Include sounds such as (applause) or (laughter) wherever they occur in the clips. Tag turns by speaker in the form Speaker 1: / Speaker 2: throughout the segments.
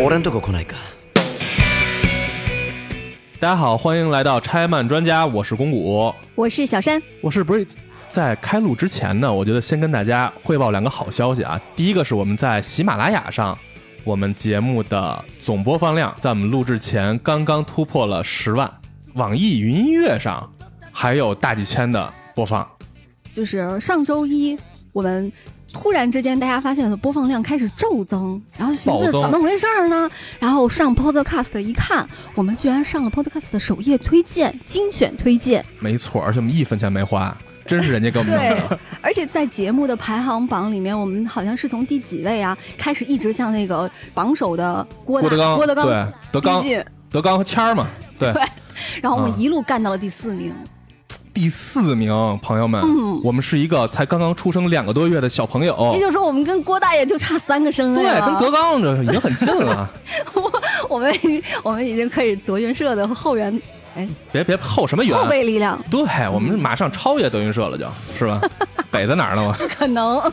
Speaker 1: 俺んとこ来ないか
Speaker 2: 大家好，欢迎来到拆漫专家，我是龚古，
Speaker 3: 我是小山，
Speaker 2: 我是 Breeze。在开录之前呢，我觉得先跟大家汇报两个好消息啊。第一个是我们在喜马拉雅上，我们节目的总播放量在我们录制前刚刚突破了十万，网易云音乐上还有大几千的播放。
Speaker 3: 就是上周一我们。突然之间，大家发现的播放量开始骤增，然后寻
Speaker 2: 暴
Speaker 3: 思
Speaker 2: 增
Speaker 3: 怎么回事儿呢？然后上 Podcast 一看，我们居然上了 Podcast 的首页推荐精选推荐，
Speaker 2: 没错，而且我们一分钱没花，真是人家给我们弄的。
Speaker 3: (laughs) 而且在节目的排行榜里面，我们好像是从第几位啊开始一直向那个榜首的郭大
Speaker 2: 郭德纲，
Speaker 3: 郭德纲
Speaker 2: 对，德纲
Speaker 3: 逼，近，
Speaker 2: 德纲和谦儿嘛，对，
Speaker 3: 然后我
Speaker 2: 嗯
Speaker 3: 们一路干到了第四名。
Speaker 2: 第四名，朋友们，
Speaker 3: 嗯
Speaker 2: 我们是一个才刚刚出生两个多月的小朋友，
Speaker 3: 也就是啊说，我们跟郭大爷就差三个身
Speaker 2: 哦
Speaker 3: 位
Speaker 2: 对，
Speaker 3: 了。
Speaker 2: 跟德纲这已经很近
Speaker 3: (laughs)
Speaker 2: 了。
Speaker 3: 我们我们已经可以德云社的
Speaker 2: (laughs)
Speaker 3: 后援
Speaker 2: 别别后什么援？
Speaker 3: 后备力量，
Speaker 2: 对，我们马上超越德云社了就，是
Speaker 3: (laughs)
Speaker 2: 吧？北在哪儿呢？我
Speaker 3: 不可能。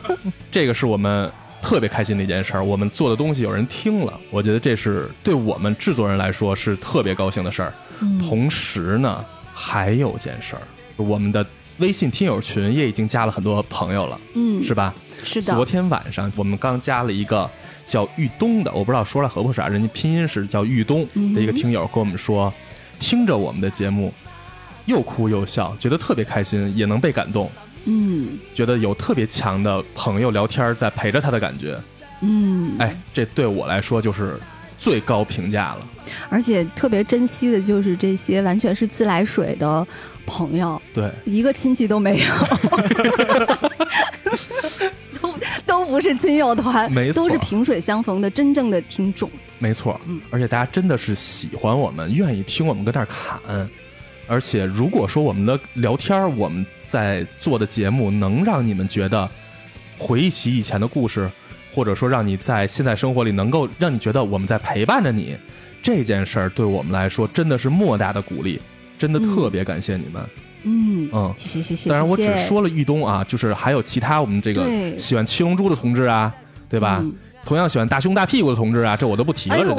Speaker 2: 这个是我们特别开心的一件事儿，我们做的东西有人听了，我觉得这是对我们制作人来说是特别高兴的事儿。
Speaker 3: (laughs) 嗯
Speaker 2: 同时呢，还有件事儿，我们的微信听友群也已经加了很多朋友了，
Speaker 3: 嗯，
Speaker 2: 是吧？
Speaker 3: 是的
Speaker 2: 昨天晚上我们刚加了一个叫玉东的，我不知道说来合不合适啊，人家拼音是叫玉东
Speaker 3: 嗯
Speaker 2: 的一个听友跟我们说，听着我们的节目，又哭又笑，觉得特别开心，也能被感动，
Speaker 3: 嗯
Speaker 2: 觉得有特别强的朋友聊天在陪着他的感觉。
Speaker 3: 嗯，
Speaker 2: 哎，这对我来说就是最高评价了。
Speaker 3: 而且特别珍惜的就是这些完全是自来水的朋友，
Speaker 2: 对，
Speaker 3: 一个亲戚都没
Speaker 2: (laughs)
Speaker 3: 有。 (laughs) 都都不是亲友团，
Speaker 2: 没错
Speaker 3: 都是萍水相逢的真正的听众。
Speaker 2: 没错，
Speaker 3: 嗯
Speaker 2: 而且大家真的是喜欢我们，愿意听我们跟这儿侃。而且如果说我们的聊天儿，我们在做的节目能让你们觉得回忆起以前的故事，或者说让你在现在生活里能够让你觉得我们在陪伴着你，这件事儿对我们来说真的是莫大的鼓励，真的特别感谢你们。
Speaker 3: 嗯
Speaker 2: 嗯
Speaker 3: 谢谢谢谢。嗯
Speaker 2: 当然，我只
Speaker 3: 谢谢
Speaker 2: 说了玉东啊，就是还有其他我们这个
Speaker 3: 对
Speaker 2: 喜欢七龙珠的同志啊，对吧？
Speaker 3: 嗯
Speaker 2: 同样喜欢大胸大屁股的同志啊，这我都不提了，
Speaker 3: 哎呦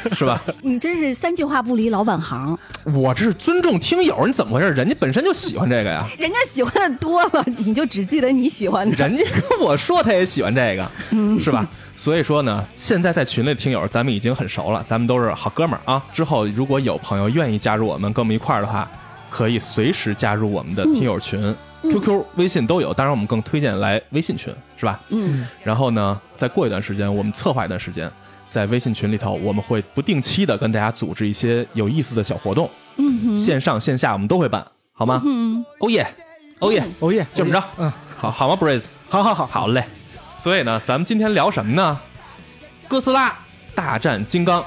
Speaker 2: 这就、 (laughs) 是吧？
Speaker 3: 你真是三句话不离老本行，
Speaker 2: 我这是尊重听友，你怎么回事？人家本身就喜欢这个
Speaker 3: (laughs)
Speaker 2: 呀，
Speaker 3: 人家喜欢的多了，你就只记得你喜欢的。
Speaker 2: 人家跟我说他也喜欢这
Speaker 3: 嗯
Speaker 2: 个，是吧？所以说呢，现在在群里的听友，咱们已经很熟了，咱们都是好哥们儿啊。之后如果有朋友愿意加入我们，跟我们一块儿的话，可以随时加入我们
Speaker 3: 嗯
Speaker 2: 的听友群、QQ、微信都有。当然，我们更推荐来微信群，是吧？
Speaker 3: 嗯，
Speaker 2: 然后呢，再过一段时间，我们策划一段时间，在微信群里头，我们会不定期的跟大家组织一些有意思的小活动，嗯，线上线下我们都会办，好吗？嗯，欧耶，欧耶，
Speaker 4: 哦耶，
Speaker 2: 就这么着，
Speaker 4: 嗯，
Speaker 2: 好好吗，Breeze？好好好，好嘞。所以呢，咱们今天聊什么呢？哥斯拉大战金刚。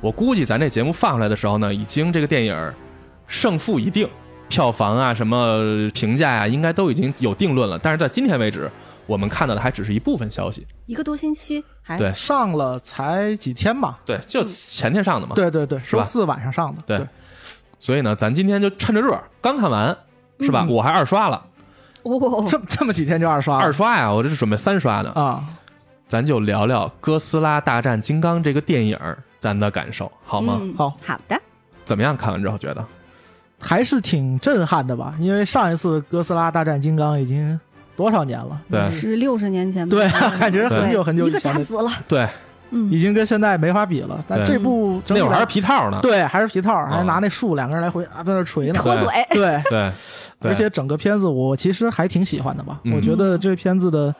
Speaker 2: 我估计咱这节目放出来的时候呢，已经这个电影儿胜负已定，票房啊、什么评价呀、应该都已经有定论了。但是在今天为止，我们看到的还只是一部分消息。
Speaker 3: 一个多星期还
Speaker 2: 对
Speaker 4: 上了才几天吧？
Speaker 2: 对，就前天上的嘛。，
Speaker 4: 对对对，
Speaker 2: 啊吧
Speaker 4: 周四晚上上的。
Speaker 2: 对所以呢，咱今天就趁着热儿，刚看完是吧？我还二刷了，
Speaker 4: 嗯
Speaker 3: 哦，
Speaker 4: 这这么几天就二刷了
Speaker 2: 二刷呀，我这是准备三刷呢。
Speaker 4: 啊，
Speaker 2: 咱就聊聊《哥斯拉大战金刚》这个电影儿咱的感受，好吗？
Speaker 3: 嗯
Speaker 4: 好
Speaker 3: 好的，
Speaker 2: 怎么样？看完之后觉得？
Speaker 4: 还是挺震撼的吧？因为上一次哥斯拉大战金刚已经多少年了？
Speaker 2: 对
Speaker 3: 是六十年前吧，
Speaker 4: 对， (laughs) 感觉很久很久
Speaker 3: 一
Speaker 4: 以
Speaker 3: 个
Speaker 4: 前
Speaker 3: 匣
Speaker 4: 的，
Speaker 3: 子了，
Speaker 2: 对，
Speaker 3: 嗯，
Speaker 4: 已经跟现在没法比了。但
Speaker 2: 对
Speaker 4: 这部整
Speaker 2: 那
Speaker 4: 体
Speaker 2: 会儿还
Speaker 4: 来
Speaker 2: 是皮套呢。
Speaker 4: 对，还是皮套，
Speaker 2: 哦
Speaker 4: 还拿那树，两个人来回啊在那锤呢。
Speaker 3: 脱
Speaker 2: 对
Speaker 3: 嘴，
Speaker 4: 对，
Speaker 2: 对，对
Speaker 4: 而且整个片子我其实还挺喜欢的吧，
Speaker 2: 嗯
Speaker 4: 我觉得这片子的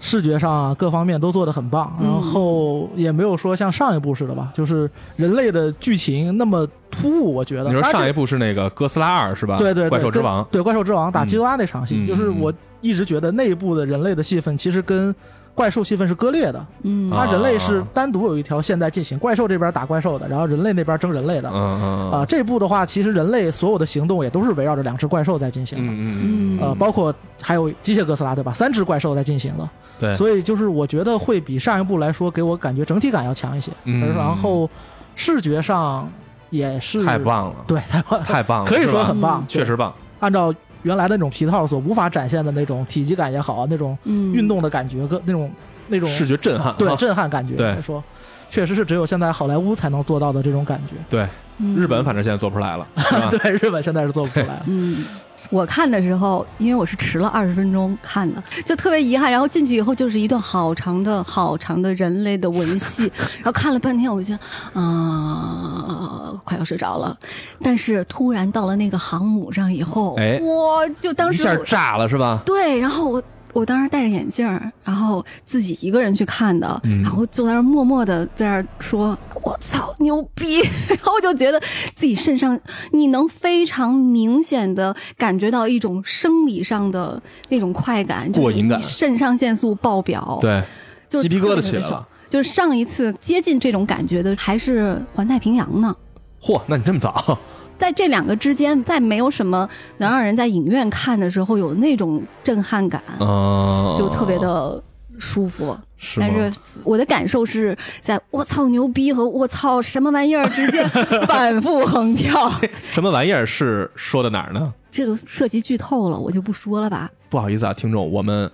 Speaker 4: 视觉上啊各方面都做得很棒，
Speaker 3: 嗯
Speaker 4: 然后也没有说像上一部似的吧，就是人类的剧情那么突兀，我觉得。
Speaker 2: 你说
Speaker 4: 它这
Speaker 2: 上一部是那个《哥斯拉二》是吧？
Speaker 4: 对对对
Speaker 2: 怪兽之
Speaker 4: 跟
Speaker 2: 王。
Speaker 4: 对怪兽之王打基多拉那场戏，
Speaker 2: 嗯
Speaker 4: 就是我一直觉得那一部的人类的戏份其实跟。怪兽戏份是割裂的，
Speaker 3: 嗯
Speaker 2: 啊
Speaker 4: 它人类是单独有一条线在进行，怪兽这边打怪兽的，然后人类那边争人类的。啊、
Speaker 2: 嗯嗯嗯
Speaker 4: 这部的话，其实人类所有的行动也都是围绕着两只怪兽在进行的。
Speaker 2: 嗯嗯嗯，
Speaker 4: 呃，包括还有机械哥斯拉，对吧？三只怪兽在进行了，
Speaker 2: 对，
Speaker 4: 所以就是我觉得会比上一部来说给我感觉整体感要强一些。
Speaker 2: 嗯
Speaker 4: 而然后视觉上也是
Speaker 2: 太，棒了，
Speaker 4: 对，太棒，
Speaker 2: 太棒了，
Speaker 4: 可以
Speaker 2: 是
Speaker 4: 说
Speaker 2: 吧
Speaker 4: 很棒，
Speaker 3: 嗯
Speaker 4: 对
Speaker 2: 确实棒。
Speaker 4: 按照原来的那种皮套所无法展现的那种体积感也好，那种
Speaker 3: 嗯，
Speaker 4: 运动的感觉跟那种那种
Speaker 2: 视觉震撼，
Speaker 4: 对
Speaker 2: 啊
Speaker 4: 震撼感觉，
Speaker 2: 对
Speaker 4: 来说确实是只有现在好莱坞才能做到的这种感觉。
Speaker 2: 对，
Speaker 3: 嗯
Speaker 2: 日本反正现在做不出来了，是吧
Speaker 4: (laughs) 对，日本现在是做不出来了。
Speaker 3: 嗯，我看的时候，因为我是迟了二十分钟看的，就特别遗憾。然后进去以后，就是一段好长的、好长的人类的文
Speaker 4: (laughs)
Speaker 3: 戏，然后看了半天，我就觉得啊、快要睡着了。但是突然到了那个航母上以后，
Speaker 2: 哎
Speaker 3: 我就当
Speaker 2: 一
Speaker 3: 时
Speaker 2: 下
Speaker 3: 我
Speaker 2: 炸了是吧？
Speaker 3: 对，然后我我当时戴着眼镜儿，然后自己一个人去看的，
Speaker 2: 嗯
Speaker 3: 然后就在那儿默默的在那儿说：“我操，牛逼！” (laughs) 然后就觉得自己身上你能非常明显的感觉到一种生理上的那种快感，就是
Speaker 2: 过瘾感
Speaker 3: 你肾上腺素爆表，，
Speaker 2: 对，
Speaker 3: 就
Speaker 2: 鸡皮疙瘩
Speaker 3: 特别
Speaker 2: 起来
Speaker 3: 爽
Speaker 2: 了。
Speaker 3: 就是上一次接近这种感觉的还是环太平洋呢。
Speaker 2: 嚯，那你这么早，
Speaker 3: 在这两个之间，再没有什么能让人在影院看的时候有那种震撼感。
Speaker 2: 嗯，
Speaker 3: 就特别的舒服。
Speaker 2: 是吗，
Speaker 3: 但是我的感受是在“我操牛逼”和“我操什么玩意儿”之
Speaker 2: (laughs)
Speaker 3: 间反复横跳。
Speaker 2: 什么玩意儿是说的哪儿呢？
Speaker 3: 这个涉及剧透了，我就不说了吧。
Speaker 2: 不好意思啊，听众，我们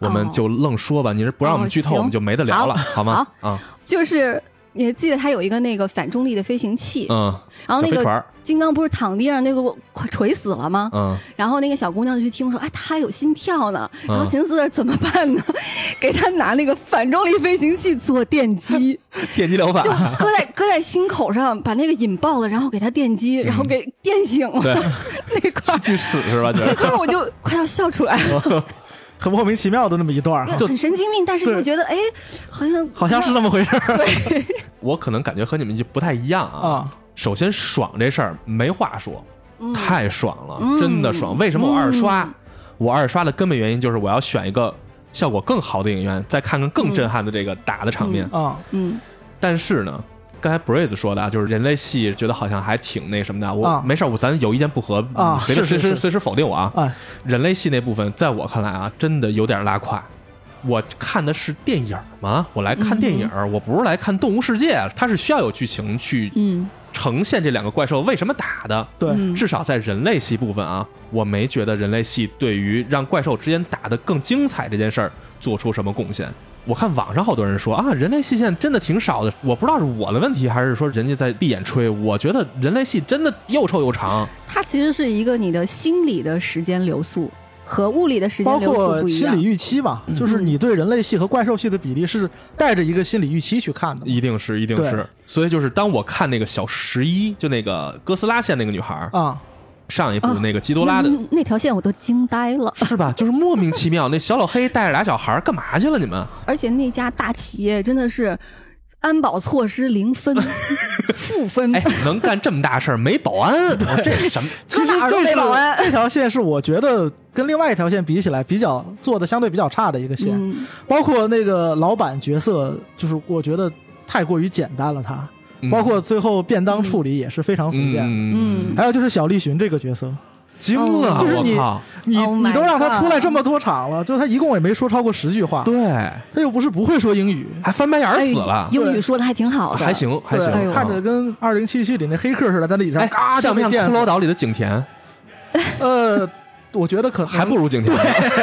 Speaker 2: 我们
Speaker 3: 哦
Speaker 2: 就愣说吧，你是不让我们
Speaker 3: 哦
Speaker 2: 剧透，
Speaker 3: 行
Speaker 2: 我们就没得聊了，好吗？啊，
Speaker 3: 就是你还记得他有一个那个反重力的飞行器，
Speaker 2: 嗯，
Speaker 3: 然
Speaker 2: 小
Speaker 3: 后那
Speaker 2: 飞船
Speaker 3: 个
Speaker 2: 儿，
Speaker 3: 金刚不是躺地上那个我快垂死了吗？
Speaker 2: 嗯，
Speaker 3: 然后那个小姑娘就去听说，哎，他还有心跳呢，然后
Speaker 2: 嗯
Speaker 3: 寻思怎么办呢？ (laughs) 给他拿那个反重力飞行器做电击。
Speaker 2: 电击疗法
Speaker 3: 就，搁在搁在心口上，把那个引爆了，然后给它电击，然后
Speaker 4: 嗯
Speaker 3: 给电醒了、
Speaker 2: 对，
Speaker 3: (laughs) 那块儿，
Speaker 2: 去死是吧？就是
Speaker 3: 那块儿我就快要笑出来
Speaker 4: 哦
Speaker 3: 了，
Speaker 4: (laughs) 很莫名其妙的那么一段儿哈，
Speaker 3: 很神经病，但是又
Speaker 4: 对
Speaker 3: 觉得哎，好像
Speaker 4: 好像是那么回事 (laughs) 儿
Speaker 2: 我可能感觉和你们就不太一样啊。
Speaker 4: 啊。
Speaker 2: 首先，爽这事儿没话说，
Speaker 3: 嗯
Speaker 2: 太爽了，
Speaker 3: 嗯
Speaker 2: 真的爽。为什么我二刷？
Speaker 3: 嗯
Speaker 2: 我二刷的根本原因就是我要选一个效果更好的影院，再看看更震撼的这个打的场面。
Speaker 4: 啊，
Speaker 3: 嗯
Speaker 2: 但是呢，刚才 Breeze 说的啊，就是人类系觉得好像还挺那什么的。我、
Speaker 4: 啊
Speaker 2: 没事儿，我咱有意见不合，
Speaker 4: 啊
Speaker 2: 你随时
Speaker 4: 是
Speaker 2: 随
Speaker 4: 是
Speaker 2: 时
Speaker 4: 是
Speaker 2: 随时否定我啊。
Speaker 4: 哎，
Speaker 2: 人类系那部分，在我看来啊，真的有点拉胯。我看的是电影嘛，我来看电影，我不是来看《动物世界》，它是需要有剧情去
Speaker 3: 嗯
Speaker 2: 呈现这两个怪兽为什么打的。
Speaker 4: 对，
Speaker 3: 嗯
Speaker 2: 至少在人类系部分啊，我没觉得人类系对于让怪兽之间打得更精彩这件事儿做出什么贡献。我看网上好多人说啊，人类系现在真的挺少的，我不知道是我的问题还是说人家在闭眼吹。我觉得人类系真的又臭又长，
Speaker 3: 它其实是一个你的心理的时间流速和物理的时
Speaker 4: 包
Speaker 3: 间流速
Speaker 4: 括
Speaker 3: 不一
Speaker 4: 心理
Speaker 3: 样。嗯
Speaker 4: 预期嘛，就是你对人类系和怪兽系的比例是带着一个心理预期去看的嘛
Speaker 2: 一定是一定
Speaker 4: 对
Speaker 2: 是。所以就是当我看那个小十一，就那个哥斯拉线那个女孩儿，
Speaker 4: 啊。
Speaker 2: 上一部那个基多拉的，
Speaker 3: 嗯那条线我都惊呆了，
Speaker 2: 是吧？就是莫名其妙，那小老黑带着俩小孩儿干嘛去了？你们？
Speaker 3: 而且那家大企业真的是安保措施零
Speaker 4: (laughs)
Speaker 3: 分，负
Speaker 4: 嗯
Speaker 3: 分。
Speaker 2: 哎，能干这么大事儿没保安，我这是什么？
Speaker 4: (laughs) 其实
Speaker 3: 搁哪儿都
Speaker 4: 这
Speaker 3: 没
Speaker 4: 是
Speaker 3: 保安
Speaker 4: (laughs) 这条线是我觉得跟另外一条线比起来，比较做的相对比较差的一个线，
Speaker 3: 嗯
Speaker 4: 包括那个老板角色，就是我觉得太过于简单了他，
Speaker 2: 嗯
Speaker 4: 包括最后便当处理也是非常随便。
Speaker 2: 嗯
Speaker 3: 嗯
Speaker 4: 还有就是小栗旬这个角色，
Speaker 2: 惊
Speaker 3: 了
Speaker 2: 了，
Speaker 4: 就是你
Speaker 2: 我靠，
Speaker 4: 你、
Speaker 3: Oh my
Speaker 4: 你都让他出来这么多场了，就他一共也没说超过十句话，
Speaker 2: 对，
Speaker 4: 他又不是不会说英语，
Speaker 2: 还翻白眼儿
Speaker 3: 哎
Speaker 2: 死了，
Speaker 3: 英语说的还挺好的，
Speaker 2: 还行还
Speaker 4: 对
Speaker 3: 哎
Speaker 2: 行，
Speaker 3: 呦
Speaker 4: 看着跟《二零七七》里那黑客似的，在那里头
Speaker 2: 哎，
Speaker 4: 嘎就
Speaker 2: 像不
Speaker 4: 被
Speaker 2: 像
Speaker 4: 电
Speaker 2: 骷
Speaker 4: 死
Speaker 2: 髅岛里的景甜？
Speaker 4: 呃，我觉得可能
Speaker 2: 还不如景
Speaker 4: 嗯
Speaker 2: 甜，哎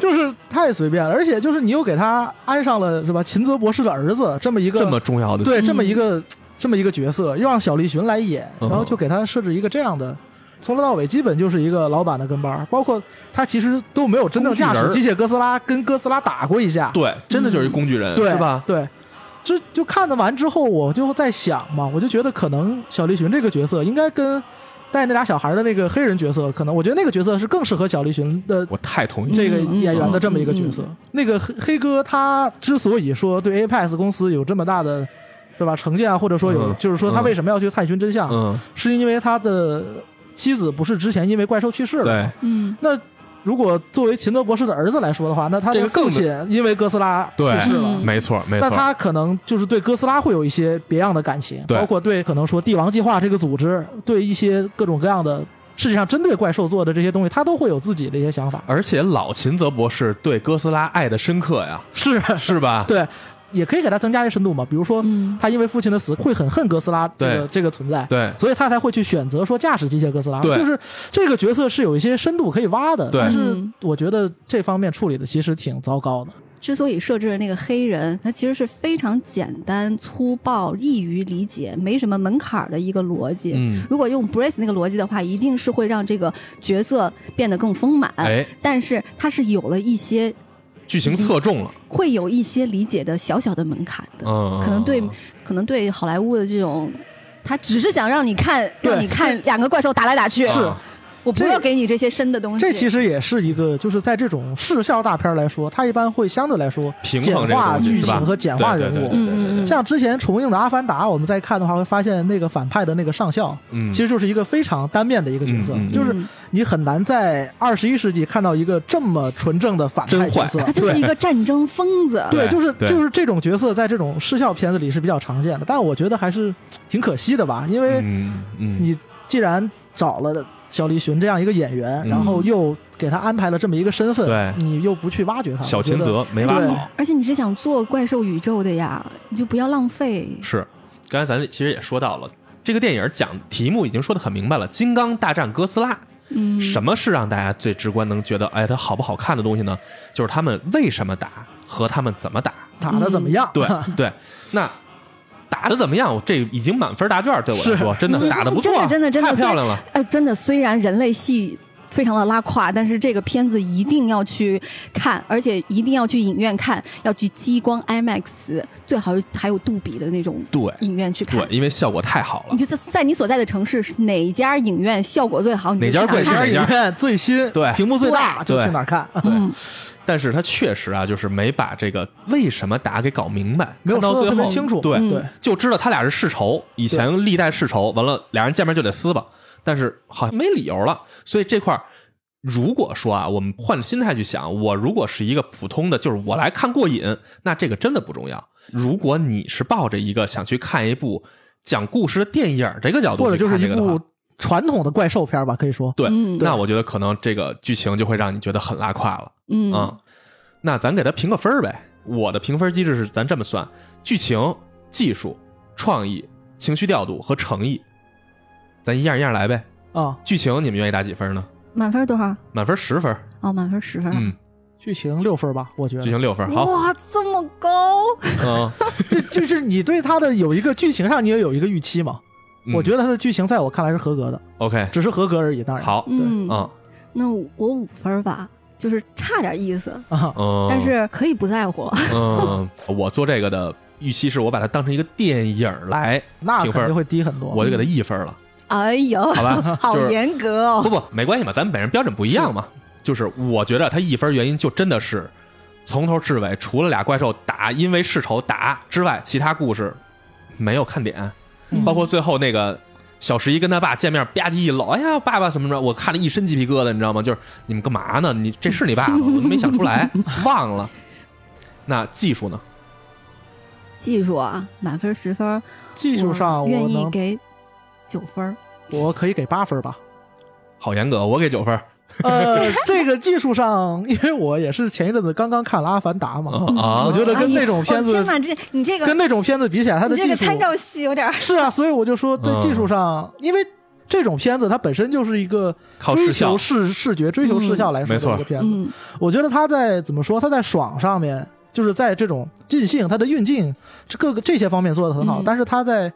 Speaker 4: 就是太随便了，而且就是你又给他安上了是吧？秦泽博士的儿子这么一个
Speaker 2: 这么重要的
Speaker 4: 对
Speaker 3: 嗯
Speaker 4: 这么一个、这么一个角色，又让小栗旬来演，
Speaker 2: 嗯
Speaker 4: 然后就给他设置一个这样的。从头到尾基本就是一个老板的跟班儿，包括他其实都没有真正驾驶
Speaker 2: 工具
Speaker 4: 机械哥斯拉，跟哥斯拉打过一架，
Speaker 2: 对，真的就是一工具人，
Speaker 4: 嗯对
Speaker 2: 呃是吧？
Speaker 4: 对，这就看的完之后，我就在想嘛，我就觉得可能小栗旬这个角色应该跟带那俩小孩的那个黑人角色，可能我觉得那个角色是更适合小栗旬的
Speaker 2: 我太同意，
Speaker 4: 这个
Speaker 3: 嗯
Speaker 4: 演员的这么一个角色。
Speaker 3: 嗯
Speaker 4: 那个黑黑哥他之所以说对 Apex 公司有这么大的，对吧成见啊，或者说有，
Speaker 2: 嗯
Speaker 4: 就是说他为什么要去探寻真相，
Speaker 2: 嗯，
Speaker 4: 是因为他的妻子不是之前因为怪兽去世了
Speaker 2: 对
Speaker 4: 吗？，
Speaker 3: 嗯
Speaker 4: 那如果作为秦德博士的儿子来说的话，那他
Speaker 2: 这
Speaker 4: 的
Speaker 2: 个更
Speaker 4: 父亲因为哥斯拉去
Speaker 2: 对
Speaker 4: 世了。
Speaker 3: 嗯
Speaker 2: 没错没
Speaker 4: 那
Speaker 2: 错，
Speaker 4: 他可能就是对哥斯拉会有一些别样的感情，
Speaker 2: 对
Speaker 4: 包括对可能说帝王计划这个组织，对一些各种各样的世界上针对怪兽做的这些东西，他都会有自己的一些想法。
Speaker 2: 而且老秦泽博士对哥斯拉爱的深刻呀，
Speaker 4: 是，
Speaker 2: 是吧？
Speaker 4: 对，也可以给他增加一些深度嘛。比如说
Speaker 3: 嗯，
Speaker 4: 他因为父亲的死会很恨哥斯拉这个
Speaker 2: 对
Speaker 4: 这个存在，
Speaker 2: 对
Speaker 4: 所以他才会去选择说驾驶机械哥斯拉。
Speaker 2: 对
Speaker 4: 就是这个角色是有一些深度可以挖的，
Speaker 2: 对
Speaker 4: 但是
Speaker 3: 嗯
Speaker 4: 我觉得这方面处理的其实挺糟糕的。
Speaker 3: 之所以设置了那个黑人，它其实是非常简单、粗暴、易于理解、没什么门槛儿的一个逻辑。
Speaker 2: 嗯
Speaker 3: 如果用 Brace 那个逻辑的话，一定是会让这个角色变得更丰满。
Speaker 4: 呃
Speaker 2: 哎，
Speaker 3: 但是它是有了一些，
Speaker 2: 剧情侧重了，
Speaker 3: 会有一些理解的小小的门槛的。
Speaker 2: 嗯，
Speaker 3: 可能对
Speaker 2: 嗯，
Speaker 3: 可能对好莱坞的这种，他只是想让你看，
Speaker 4: 对
Speaker 3: 让你看两个怪兽打来打去。
Speaker 4: 啊
Speaker 2: 是
Speaker 3: 我不
Speaker 4: 这
Speaker 3: 要给你这些深的东西。
Speaker 4: 这其实也是一个，就是在这种视效大片来说，它一般会相对来说
Speaker 2: 平
Speaker 4: 简
Speaker 2: 衡这个
Speaker 4: 化
Speaker 2: 东西
Speaker 4: 剧
Speaker 2: 是吧
Speaker 4: 情和简化人
Speaker 2: 对对对
Speaker 4: 物。
Speaker 2: 对
Speaker 3: 嗯嗯嗯，
Speaker 4: 像之前重映的《阿凡达》，我们再看的话，会发现那个反派的那个上校，
Speaker 2: 嗯
Speaker 4: 其实就是一个非常单面的一个角色，
Speaker 2: 嗯嗯嗯
Speaker 4: 就是你很难在二十一世纪看到一个这么纯正的反派角色
Speaker 3: (laughs) 他。就是
Speaker 4: 对
Speaker 3: 一个战争疯子。
Speaker 4: (laughs) 对，就是
Speaker 2: 对
Speaker 4: 就是这种角色在这种视效片子里是比较常见的，但我觉得还是挺可惜的吧，因为
Speaker 2: 嗯嗯，
Speaker 4: 你既然找了小栗旬这样一个演员，
Speaker 2: 嗯
Speaker 4: 然后又给他安排了这么一个身份，
Speaker 2: 对
Speaker 4: 你又不去挖掘他，
Speaker 2: 小秦
Speaker 4: 我觉得
Speaker 2: 泽没挖
Speaker 4: 对
Speaker 2: 好，
Speaker 3: 而且你是想做怪兽宇宙的呀，你就不要浪费。
Speaker 2: 是，刚才咱其实也说到了。这个电影讲题目已经说得很明白了，《金刚大战哥斯拉》
Speaker 3: 嗯，
Speaker 2: 什么是让大家最直观能觉得哎它好不好看的东西呢？就是他们为什么打和他们怎么打。
Speaker 4: 打的怎么样？
Speaker 2: (laughs) 嗯对对，那打的怎么样？我这已经满分答卷，对我来
Speaker 4: 是
Speaker 2: 说真的
Speaker 3: 嗯
Speaker 2: 打得不错，啊
Speaker 3: 真的真的
Speaker 2: 太
Speaker 3: 真的
Speaker 2: 漂
Speaker 3: (laughs)
Speaker 2: 亮了。
Speaker 3: 哎，真的，虽然人类系非常的拉胯，但是这个片子一定要去看，而且一定要去影院看，要去激光 IMAX，最好是还有杜比的那种
Speaker 2: 对
Speaker 3: 影院去
Speaker 2: 对
Speaker 3: 看，。
Speaker 2: 因为效果太好了
Speaker 3: 你。就在在你所在的城市是哪家影院效果最好，你就
Speaker 2: 哪家
Speaker 3: 去
Speaker 2: 贵
Speaker 3: 哪
Speaker 2: 是
Speaker 3: 看
Speaker 2: 哪
Speaker 4: 电
Speaker 2: 家
Speaker 4: 影院最新，
Speaker 2: 对
Speaker 4: 屏幕最大，
Speaker 2: 对
Speaker 4: 就去哪儿看。
Speaker 3: 嗯，
Speaker 2: 但是他确实啊，就是没把这个为什么打给搞明白，
Speaker 4: 没有
Speaker 2: 看到
Speaker 4: 说得
Speaker 2: 最
Speaker 4: 特别
Speaker 2: 后
Speaker 4: 清楚
Speaker 2: 对、
Speaker 3: 嗯
Speaker 4: 对，
Speaker 2: 就知道他俩是世仇，以前历代世仇，完了俩人见面就得撕吧，但是好像没理由了，所以这块儿。如果说啊，我们换心态去想，我如果是一个普通的，就是我来看过瘾，那这个真的不重要。如果你是抱着一个想去看一部讲故事的电影儿这个角度
Speaker 4: 或者
Speaker 2: 去
Speaker 4: 就是
Speaker 2: 看
Speaker 4: 一
Speaker 2: 这个的话，
Speaker 4: 部传统的怪兽片吧，可以说。
Speaker 2: 对，
Speaker 3: 嗯
Speaker 2: 那我觉得可能这个剧情就会让你觉得很拉胯了。
Speaker 3: 嗯
Speaker 2: 啊、那咱给他评个分儿呗。我的评分机制是咱这么算：剧情、技术、创意、情绪调度和诚意，咱一样一样来呗。
Speaker 4: 啊，
Speaker 2: 剧情你们愿意打几分呢？
Speaker 3: 满分多少？
Speaker 2: 满分十分，
Speaker 3: 哦，满分十分。
Speaker 2: 嗯，
Speaker 4: 剧情六分吧，我觉
Speaker 2: 剧
Speaker 4: 得。
Speaker 2: 情六分，好，
Speaker 3: 哇，这么高！
Speaker 2: 嗯，
Speaker 4: 这就是你对它的有一个剧情上，你也有一个预期嘛。 (laughs) 我觉
Speaker 2: 得
Speaker 4: 得它的剧情在我看来是合格的，
Speaker 2: 嗯 OK，
Speaker 4: 只是合格而已。当然，
Speaker 2: 好，
Speaker 3: 嗯，
Speaker 2: 嗯
Speaker 3: 那我五分吧，就是差点意思，
Speaker 4: 啊，
Speaker 2: 嗯，
Speaker 3: 但是可以不在乎。 (laughs)
Speaker 2: 嗯，我做这个的预期是我把它当成一个电影儿来，
Speaker 4: (laughs) 那
Speaker 2: 评
Speaker 4: 肯
Speaker 2: 分
Speaker 4: 定会低很多。
Speaker 2: 我就给它一分了。
Speaker 3: 哎呦，
Speaker 2: 好吧
Speaker 3: (laughs) 好
Speaker 2: 就是
Speaker 3: 严格哦
Speaker 2: 不。不，没关系嘛，咱们每人标准不一样嘛。就是我觉得他一分原因就真的是从头至尾，除了俩怪兽打，因为世仇打之外，其他故事没有看点，
Speaker 3: 嗯
Speaker 4: 嗯
Speaker 2: 包括最后那个。小十一跟他爸见面，吧唧一搂，哎呀，爸爸什么什么，我看了一身鸡皮疙瘩，你知道吗？就是你们干嘛呢？你这是你爸爸吗？我都没想出
Speaker 3: (laughs)
Speaker 2: 来，忘了。那技术呢？
Speaker 3: 技术啊，满分十分，
Speaker 4: 技术上，
Speaker 3: 我
Speaker 4: 我
Speaker 3: 愿意
Speaker 4: 能，
Speaker 3: 给九分。
Speaker 4: 我可以给八分吧。
Speaker 2: 好严格，我给九分。
Speaker 4: (laughs) 呃，这个技术上，因为我也是前一阵子刚刚看了《阿凡达》嘛，
Speaker 2: 嗯啊，
Speaker 4: 我觉得
Speaker 3: 哎
Speaker 4: 跟
Speaker 3: 呀
Speaker 4: 那种片子
Speaker 3: 哦天哪，这你这个
Speaker 4: 跟那种片子比起来，它的
Speaker 3: 你这
Speaker 4: 技
Speaker 3: 个
Speaker 4: 术
Speaker 3: 参照系有点儿
Speaker 4: 是啊，所以我就说，在
Speaker 2: 嗯
Speaker 4: 技术上，因为这种片子它本身就是一个
Speaker 2: 靠
Speaker 4: 追
Speaker 2: 视哦效
Speaker 4: 求视视觉、追求视效来说
Speaker 2: 没错
Speaker 4: 的一个片子。
Speaker 3: 嗯
Speaker 4: 我觉得它在怎么说，它在爽上面，就是在这种尽兴、它的运镜这各个这些方面做的很好，
Speaker 3: 嗯
Speaker 4: 但是它在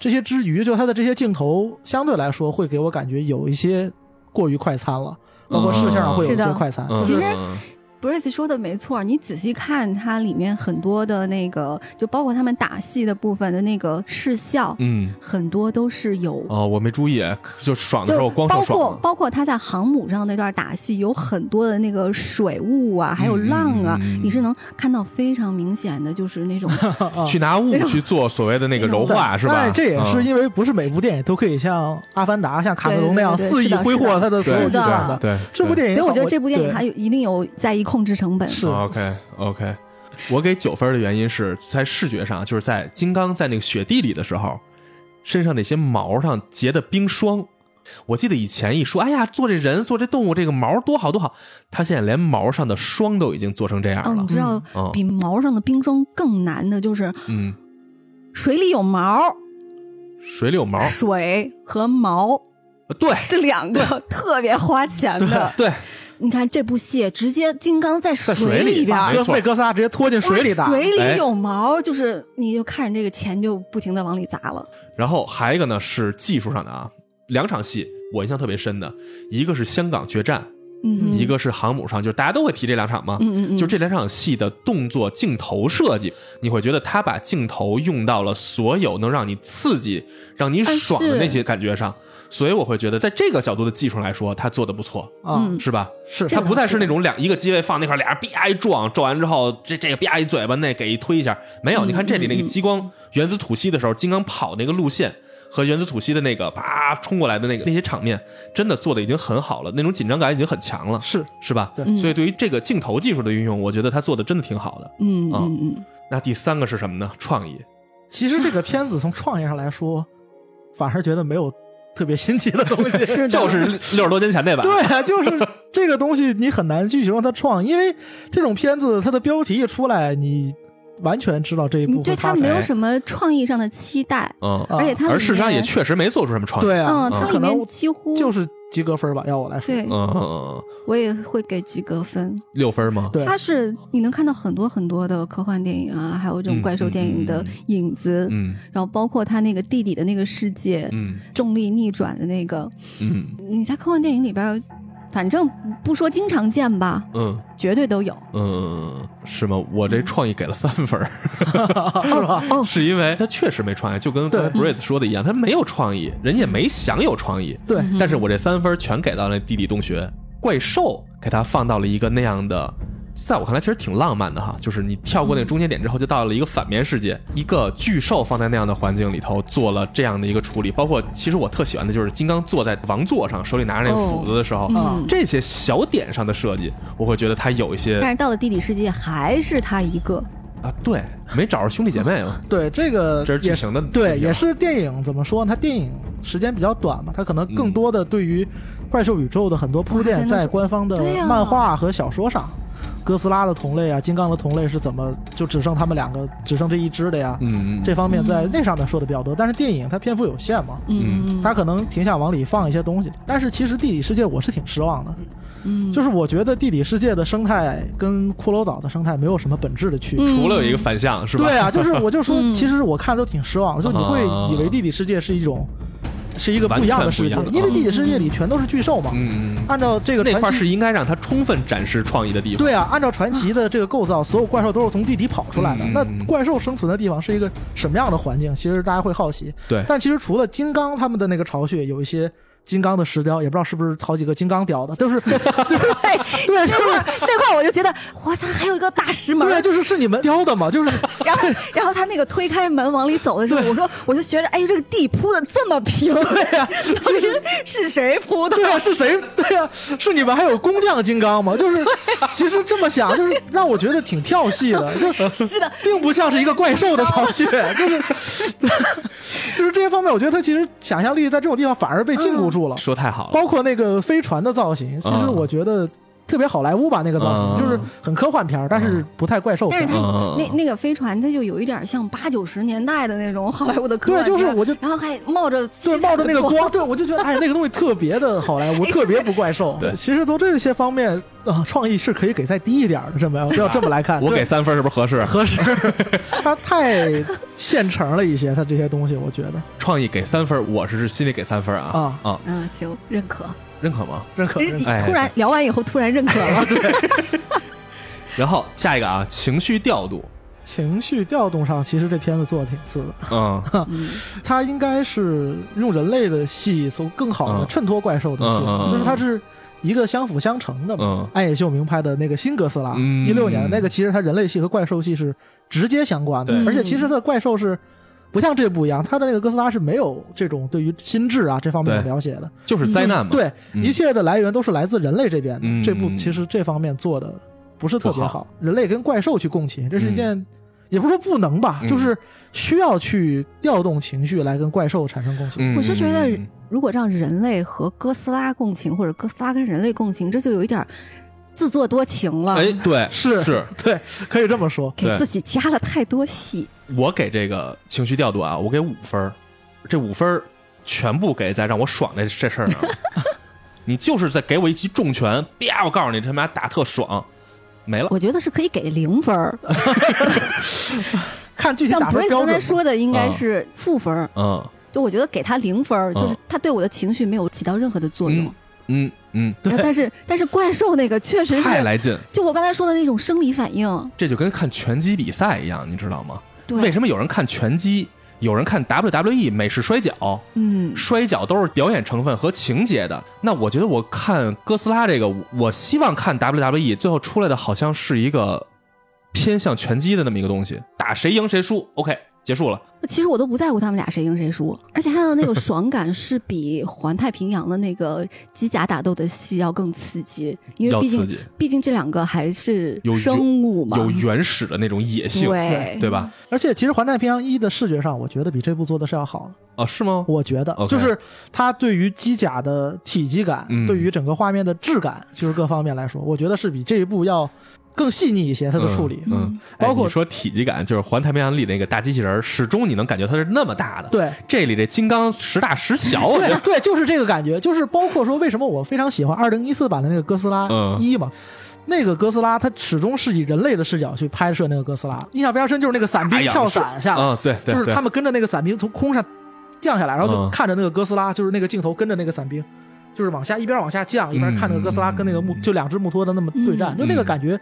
Speaker 4: 这些之余，就它的这些镜头相对来说会给我感觉有一些过于快餐了，包括视效上会有一
Speaker 3: 嗯是
Speaker 4: 些
Speaker 3: 的
Speaker 4: 快餐。
Speaker 2: 嗯
Speaker 3: 其实
Speaker 2: 嗯
Speaker 3: Brace 说的没错，你仔细看它里面很多的那个，就包括他们打戏的部分的那个视效，
Speaker 2: 嗯
Speaker 3: 很多都是有。
Speaker 2: 哦，我没注意，就爽的时
Speaker 3: 就
Speaker 2: 候光
Speaker 3: 包
Speaker 2: 说
Speaker 3: 括
Speaker 2: 爽了。
Speaker 3: 包括他在航母上那段打戏，有很多的那个水雾啊，还有浪啊，
Speaker 2: 嗯嗯嗯嗯
Speaker 3: 你是能看到非常明显的，就是那
Speaker 2: (laughs)
Speaker 3: 种
Speaker 4: 啊
Speaker 2: 去拿雾去做所谓的那个柔
Speaker 3: 嗯
Speaker 2: 化，
Speaker 4: 但
Speaker 2: 是吧？
Speaker 4: 哎但这也是
Speaker 2: 嗯
Speaker 4: 因为不是每部电影都可以像《阿凡达》、像《卡梅隆》那样
Speaker 3: 对对
Speaker 4: 肆
Speaker 3: 对
Speaker 4: 意
Speaker 3: 是的
Speaker 4: 挥霍它的所有
Speaker 3: 是
Speaker 4: 预
Speaker 3: 的
Speaker 4: 算
Speaker 3: 是
Speaker 4: 的
Speaker 3: 的。
Speaker 2: 对，
Speaker 4: 这部电影，
Speaker 3: (laughs) 所以我觉得这部电影
Speaker 4: 哎对
Speaker 3: 它有一定有在意控制成本。
Speaker 4: 是
Speaker 2: OK OK，我给九分的原因是在视觉上，就是在金刚在那个雪地里的时候，身上那些毛上结的冰霜，我记得以前一说，哎呀，做这人做这动物这个毛多好多好，他现在连毛上的霜都已经做成这样
Speaker 3: 哦，你
Speaker 2: 了。
Speaker 3: 知道
Speaker 2: 嗯
Speaker 3: 比毛上的冰霜更难的就是
Speaker 2: 嗯，
Speaker 3: 水里有毛，
Speaker 2: 水里有毛，
Speaker 3: 水和
Speaker 2: (laughs)
Speaker 3: 毛
Speaker 2: 对
Speaker 3: 是两个特别花钱的。
Speaker 2: 对，
Speaker 3: 你看这部戏，直接金刚在
Speaker 2: 在水
Speaker 3: 水
Speaker 2: 里
Speaker 3: 边
Speaker 2: 啊
Speaker 3: 儿
Speaker 2: 没错
Speaker 4: 哥斯贝哥斯拉直接拖进水里打，
Speaker 3: 哇水
Speaker 2: 哎
Speaker 3: 里有毛，就是你就看着这个钱就不停的往里砸了。
Speaker 2: 然后还有一个呢是技术上的啊，两场戏我印象特别深的，一个是香港决战，
Speaker 3: 嗯，
Speaker 2: 一个是航母上，就是大家都会提这两场嘛。
Speaker 3: 嗯嗯嗯，
Speaker 2: 就这两场戏的动作镜头设计，你会觉得他把镜头用到了所有能让你刺激、让你爽的
Speaker 3: 啊是
Speaker 2: 那些感觉上，所以我会觉得在这个角度的技术来说，他做的不错，
Speaker 4: 啊，
Speaker 3: 嗯
Speaker 2: 是吧？
Speaker 4: 是
Speaker 3: 这
Speaker 2: 他
Speaker 3: 个
Speaker 2: 不再
Speaker 3: 是
Speaker 2: 是那种两一个机位放那块儿，俩人啪一撞，撞完之后这这个啪一嘴巴，那给一推一下，没有。
Speaker 3: 嗯
Speaker 2: 你看这里
Speaker 3: 嗯
Speaker 2: 那个
Speaker 3: 嗯
Speaker 2: 激光原子吐息的时候，金刚跑那个路线和原子吐息的那个啪冲过来的那个那些场面，真的做的已经很好了，那种紧张感已经很强了，
Speaker 4: 是
Speaker 2: 是吧？
Speaker 4: 对
Speaker 3: 嗯
Speaker 2: 所以对于这个镜头技术的运用，我觉得他做的真的挺好的。
Speaker 3: 嗯
Speaker 2: 啊
Speaker 3: 嗯嗯，
Speaker 2: 那第三个是什么呢？创意。
Speaker 4: 其实这个片子从创意上来说， (laughs) 反而觉得没有特别新奇的东西。
Speaker 3: (laughs) 是
Speaker 2: (laughs)
Speaker 3: 的
Speaker 2: 就是六十多年前那版，
Speaker 3: (laughs)
Speaker 4: 对啊，就是这个东西你很难去形容它创意，因为这种片子它的标题一出来，你完全知道这一部
Speaker 3: 你
Speaker 4: 分
Speaker 3: 对
Speaker 4: 发
Speaker 3: 他
Speaker 4: 展
Speaker 3: 没有什么创意上的期待，
Speaker 2: 嗯，
Speaker 4: 啊
Speaker 3: 而且它
Speaker 2: 而事实上也
Speaker 3: 里面
Speaker 2: 确实没做出什么创意，
Speaker 4: 对啊，
Speaker 3: 嗯，它
Speaker 4: 它
Speaker 3: 里
Speaker 4: 可能
Speaker 3: 面几乎
Speaker 4: 就是及格分吧，要我来说，
Speaker 3: 对
Speaker 2: 嗯，，嗯嗯，嗯
Speaker 3: 我也会给及格分。
Speaker 2: 六分吗？
Speaker 4: 对
Speaker 3: 它是你能看到很多很多的科幻电影啊，还有这
Speaker 2: 嗯
Speaker 3: 种怪兽
Speaker 2: 嗯
Speaker 3: 电影的
Speaker 2: 嗯
Speaker 3: 影子，
Speaker 2: 嗯
Speaker 3: 然后包括它那个地底的那个世界，
Speaker 2: 嗯
Speaker 3: 重力逆转的那个，
Speaker 2: 嗯
Speaker 3: 你在科幻电影里边儿，反正不说经常见吧，
Speaker 2: 嗯。
Speaker 3: 绝对都有。
Speaker 2: 嗯，是吗？我这创意给了三分儿，
Speaker 4: (laughs) 是吧？
Speaker 3: 哦，
Speaker 2: 是因为他确实没创意，就跟刚才
Speaker 4: 对
Speaker 2: Brace 说的一样，他没有创意，人家也没想有创意。
Speaker 4: 对，
Speaker 2: 但是我这三分儿全给到了地理洞穴怪兽，给他放到了一个那样的，在我看来其实挺浪漫的哈，就是你跳过那个中间点之后，就到了一个反面世界，一个巨兽放在那样的环境里头做了这样的一个处理，包括其实我特喜欢的就是金刚坐在王座上，手里拿着那个
Speaker 3: 哦
Speaker 2: 斧子的时候，
Speaker 4: 啊
Speaker 3: 嗯
Speaker 2: 这些小点上的设计，我会觉得他有一些
Speaker 3: 但是到了地底世界还是他一个，
Speaker 2: 啊，对，没找着兄弟姐
Speaker 4: (laughs)
Speaker 2: 妹嘛。
Speaker 4: 对这个
Speaker 2: 这是剧
Speaker 4: 也
Speaker 2: 情的问
Speaker 4: 对，
Speaker 2: 题啊
Speaker 4: 也是电影怎么说呢？它电影时间比较短嘛，它可能更多的对于怪兽宇宙的很多铺
Speaker 3: 哇
Speaker 4: 垫，
Speaker 3: 咱们
Speaker 4: 在官方的
Speaker 3: 对呀
Speaker 4: 漫画和小说上，哥斯拉的同类啊，金刚的同类是怎么就只剩他们两个，只剩这一只的呀？
Speaker 2: 嗯，
Speaker 4: 这方面在
Speaker 3: 嗯
Speaker 4: 那上面说的比较多，但是电影它篇幅有限嘛，
Speaker 2: 嗯
Speaker 3: 嗯，
Speaker 4: 它可能挺想往里放一些东西的。但是其实地理世界我是挺失望的，
Speaker 3: 嗯
Speaker 4: 就是我觉得地理世界的生态跟骷髅岛的生态没有什么本质的区别。
Speaker 2: 除了有一个反向是吧？
Speaker 4: 对啊，就是我就说，
Speaker 3: 嗯
Speaker 4: 其实我看着都挺失望的，就你会以为地理世界是一种，是一个不一样的世界
Speaker 2: 啊完全，不一样的啊
Speaker 4: 因为地理世界里全都是巨兽嘛。
Speaker 2: (laughs) 嗯，嗯，
Speaker 4: 按照啊这个
Speaker 2: 那块
Speaker 4: 传
Speaker 2: 儿是
Speaker 4: 奇，
Speaker 2: 应该让他充分展示创意的地方。
Speaker 4: 对啊，按照传奇的这个构造，所有怪兽都是从地底跑出来的
Speaker 2: 嗯。
Speaker 4: 那怪兽生存的地方是一个什么样的环境？其实大家会好奇。
Speaker 2: 对
Speaker 4: 但其实除了金刚他们的那个巢穴，有一些。金刚的石雕也不知道是不是好几个金刚雕的，就是
Speaker 3: (laughs)
Speaker 4: (laughs)
Speaker 3: 对对，这块儿这块儿我就觉得，我操，还有一个大石门儿。
Speaker 4: 对，就是是你们雕的嘛，就是 (laughs)
Speaker 3: 然后，然后他那个推开门往里走的时候，我说，我就觉着，哎呦，这个地铺的这么平， (laughs) 对呀、
Speaker 4: 啊
Speaker 3: 到底是是谁 (laughs) 铺的？
Speaker 4: 对啊，是谁？对啊，是你们还有工匠金刚吗？就是，其实这么想，就是让我觉得挺跳戏的，就是
Speaker 3: 是的，
Speaker 4: 并不像是一个怪兽的巢穴，就是， (laughs) 就是这些方面，我觉得他其实想象力在这种地方反而被禁锢住了，
Speaker 2: 说太好了，
Speaker 4: 包括那个飞船的造型，其实
Speaker 2: 嗯
Speaker 4: 我觉得特别好莱坞吧，那个造型、
Speaker 2: 嗯
Speaker 4: 就是很科幻片儿，但是不太怪兽
Speaker 3: 但
Speaker 4: 片
Speaker 3: 是
Speaker 4: 儿。
Speaker 3: 它
Speaker 2: 嗯
Speaker 3: 那那个飞船，它就有一点像八九十年代的那种好莱坞的科
Speaker 4: 对，
Speaker 3: 幻片
Speaker 4: 就是我就
Speaker 3: 然后还冒着
Speaker 4: (laughs) 对
Speaker 3: 七彩
Speaker 4: 冒
Speaker 3: 的
Speaker 4: 着那个光，对我就觉得哎，那个东西特别的好 (laughs) 莱坞，
Speaker 3: 哎
Speaker 4: 特别不怪兽。
Speaker 2: 对
Speaker 4: 其实从这些方面啊，创意是可以给再低一点儿的，这么要要这么来看，
Speaker 2: 我
Speaker 4: 对
Speaker 2: 给三分儿是不是合适？
Speaker 4: (laughs) 合适，它太现成了一些，它这些东西我觉得
Speaker 2: 创意给三分儿，我是心里给三分儿啊
Speaker 4: 啊，
Speaker 2: 啊，
Speaker 3: 嗯，行，认可。
Speaker 2: 认可吗？
Speaker 4: 认可认可。
Speaker 2: 哎
Speaker 3: 突然聊完以后，突然认可了。
Speaker 2: 然后下一个啊，情绪调度，
Speaker 4: (laughs) 情绪调动上，其实这片子做的挺次的， (laughs)
Speaker 2: 嗯
Speaker 3: 嗯
Speaker 4: 它应该是用人类的戏，从更好的
Speaker 2: 嗯
Speaker 4: 衬托怪兽的戏
Speaker 2: 嗯嗯嗯，
Speaker 4: 就是它是一个相辅相成的嘛。
Speaker 2: 嗯
Speaker 4: 暗野秀明拍的那个新哥斯拉，
Speaker 2: 嗯
Speaker 4: 一六、年的那个，其实它人类系和怪兽系是直接相关的
Speaker 2: 对，
Speaker 4: 而且其实它的怪兽是不像这部一样，它的那个哥斯拉是没有这种对于心智啊这方面的
Speaker 2: 对
Speaker 4: 描写的，
Speaker 2: 就是灾难嘛。
Speaker 4: 对，
Speaker 2: 嗯
Speaker 4: 一切的来源都是来自人类这边的。
Speaker 2: 嗯
Speaker 4: 这部其实这方面做的不是特别
Speaker 2: 不
Speaker 4: 好，
Speaker 2: 好
Speaker 4: 人类跟怪兽去共情，这是一件也不是说不能吧，
Speaker 2: 嗯
Speaker 4: 就是需要去调动情绪来跟怪兽产生共情。
Speaker 2: 嗯
Speaker 3: 我是觉得
Speaker 2: 嗯，
Speaker 3: 如果让人类和哥斯拉共情，或者哥斯拉跟人类共情，这就有一点儿自作多情了，
Speaker 2: 哎，对，
Speaker 4: 是
Speaker 2: 是，
Speaker 4: (laughs) 对，可以这么说。
Speaker 3: 给
Speaker 2: 对
Speaker 3: 自己加了太多戏。
Speaker 2: 我给这个情绪调度啊，我给五分儿，这五分儿全部给在让我爽这这事儿上。你就是在给我一记重拳，啪！我告诉你，他妈打特爽，没了。
Speaker 3: 我觉得是可以给零
Speaker 2: (laughs)
Speaker 3: 分儿，
Speaker 4: 看具体
Speaker 3: 像
Speaker 4: 打
Speaker 3: b r
Speaker 4: 分
Speaker 3: a
Speaker 4: 标
Speaker 3: 刚
Speaker 4: 准
Speaker 3: 才
Speaker 4: 吧。
Speaker 3: 说的应该
Speaker 2: 嗯
Speaker 3: 是负分儿，
Speaker 2: 嗯
Speaker 3: 就我觉得给他零分儿，就是
Speaker 2: 嗯
Speaker 3: 他对我的情绪没有起到任何的作用。
Speaker 2: 嗯嗯，
Speaker 3: 然后但是 (laughs) 但是怪兽那个确实
Speaker 2: 太
Speaker 3: 是，
Speaker 2: 来劲，
Speaker 3: 就我刚才说的那种生理反应，
Speaker 2: 这就跟看拳击比赛一样，你知道吗？为
Speaker 3: 对，
Speaker 2: 什么有人看拳击，有人看 WWE 美式摔跤？
Speaker 3: 嗯，
Speaker 2: 摔跤都是表演成分和情节的。那我觉得我看哥斯拉这个，我我希望看 WWE 最后出来的好像是一个偏向拳击的那么一个东西，打谁赢谁输，OK，结束了。
Speaker 3: 其实我都不在乎他们俩谁赢谁输，而且他的那个爽感是比环太平洋的那个机甲打斗的戏要更刺激，
Speaker 4: 嗯
Speaker 3: 因为
Speaker 2: 要
Speaker 3: 毕
Speaker 2: 刺
Speaker 3: 竟
Speaker 2: 激
Speaker 3: 毕竟这两个还是
Speaker 2: 有
Speaker 3: 生物嘛，
Speaker 2: 有原始的那种野性，
Speaker 3: 对
Speaker 2: 对吧？
Speaker 4: 而且其实《环太平洋一》的视觉上，我觉得比这部做的是要好的。
Speaker 2: 哦，是吗？
Speaker 4: 我觉得
Speaker 2: OK
Speaker 4: 就是它对于机甲的体积感，
Speaker 2: 嗯
Speaker 4: 对于整个画面的质感，就是各方面来说，我觉得是比这一部要更细腻一些。它的处理，
Speaker 2: 嗯，
Speaker 3: 嗯
Speaker 2: 哎
Speaker 4: 包括
Speaker 2: 你说体积感，就是《环太平洋》里那个大机器人儿，始终你能感觉它是那么大的。，
Speaker 4: 对，
Speaker 2: 这里这金刚时大时小，我觉
Speaker 4: 对
Speaker 2: 得，
Speaker 4: 对，就是这个感觉，就是包括说为什么我非常喜欢二零一四版的那个哥斯拉
Speaker 2: 嗯
Speaker 4: 一嘛。那个哥斯拉，它始终是以人类的视角去拍摄那个哥斯拉。印象非常深，就是那个伞
Speaker 2: 哎
Speaker 4: 兵
Speaker 2: 呀
Speaker 4: 跳
Speaker 2: 是
Speaker 4: 伞下来，
Speaker 2: 嗯，对对，
Speaker 4: 就是
Speaker 2: 对
Speaker 4: 他们跟着那个伞兵从空上降下来，然后就
Speaker 2: 嗯
Speaker 4: 看着那个哥斯拉，就是那个镜头跟着那个伞兵，就是往下一边往下降，一边看那个哥斯拉跟那个木
Speaker 2: 嗯
Speaker 4: 就两只木托的那么对战，
Speaker 3: 嗯
Speaker 4: 就那个感觉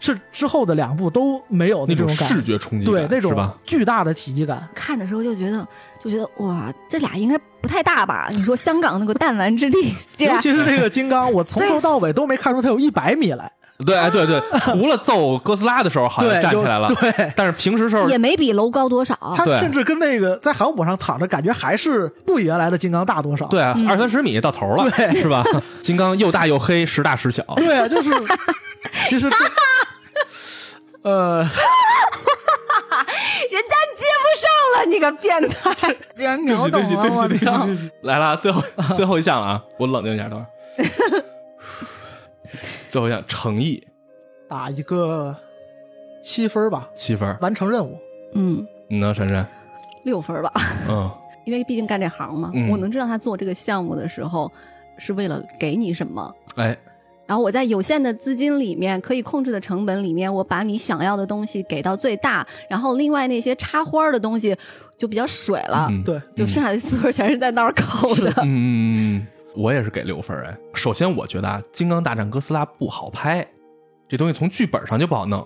Speaker 4: 是之后的两部都没有的
Speaker 2: 那
Speaker 4: 这
Speaker 2: 种
Speaker 4: 种感
Speaker 2: 视
Speaker 4: 觉，
Speaker 2: 觉冲击感，
Speaker 4: 对那
Speaker 2: 是
Speaker 4: 种
Speaker 2: 吧？
Speaker 4: 巨大的体积感。
Speaker 3: 看的时候就觉得就觉得哇，这俩应该不太大吧？你说香港那个弹丸之地，这
Speaker 4: 尤
Speaker 3: 俩
Speaker 4: 其是那个金刚，我从
Speaker 3: 对
Speaker 4: 头到尾都没看出它有一百米来，
Speaker 2: 对，哎对对，
Speaker 3: (laughs)
Speaker 2: 除了揍哥斯拉的时候好像
Speaker 4: 对，
Speaker 2: 站起来了
Speaker 4: 就，对，
Speaker 2: 但是平时时候
Speaker 3: 也没比楼高多少，
Speaker 4: 它
Speaker 2: 对
Speaker 4: 甚至跟那个在航母上躺着，感觉还是不比原来的金刚大多少。
Speaker 2: 对啊
Speaker 3: 嗯
Speaker 2: 二三十米到头了，
Speaker 4: 对
Speaker 2: 是吧？金刚又大又黑，时大时小，(laughs)
Speaker 3: 哎
Speaker 4: 对，啊就是其实这，呃。
Speaker 3: 人家接不上了，你个变态，居然秒懂了我操！
Speaker 2: 来了，最后最后一项了啊！我冷静一下，
Speaker 3: (laughs)
Speaker 2: 等会儿。最后一项诚意
Speaker 4: 打一个七分儿吧，
Speaker 2: 七分儿，
Speaker 4: 完成任务。
Speaker 3: 嗯，
Speaker 2: 你呢，珊珊？
Speaker 3: 六分儿吧。
Speaker 2: 嗯
Speaker 3: 因为毕竟干这行嘛，
Speaker 2: 嗯
Speaker 3: 我能知道他做这个项目的时候是为了给你什么。
Speaker 2: 哎，
Speaker 3: 然后我在有限的资金里面，可以控制的成本里面，我把你想要的东西给到最大，然后另外那些插花的东西就比较水了，
Speaker 2: 嗯，
Speaker 4: 对，
Speaker 3: 就剩下的四分全是在那儿 (laughs) 扣的。
Speaker 2: 嗯嗯嗯，嗯我也是给六分儿哎。首先，我觉得啊，《金刚大战哥斯拉》不好拍，这东西从剧本上就不好弄，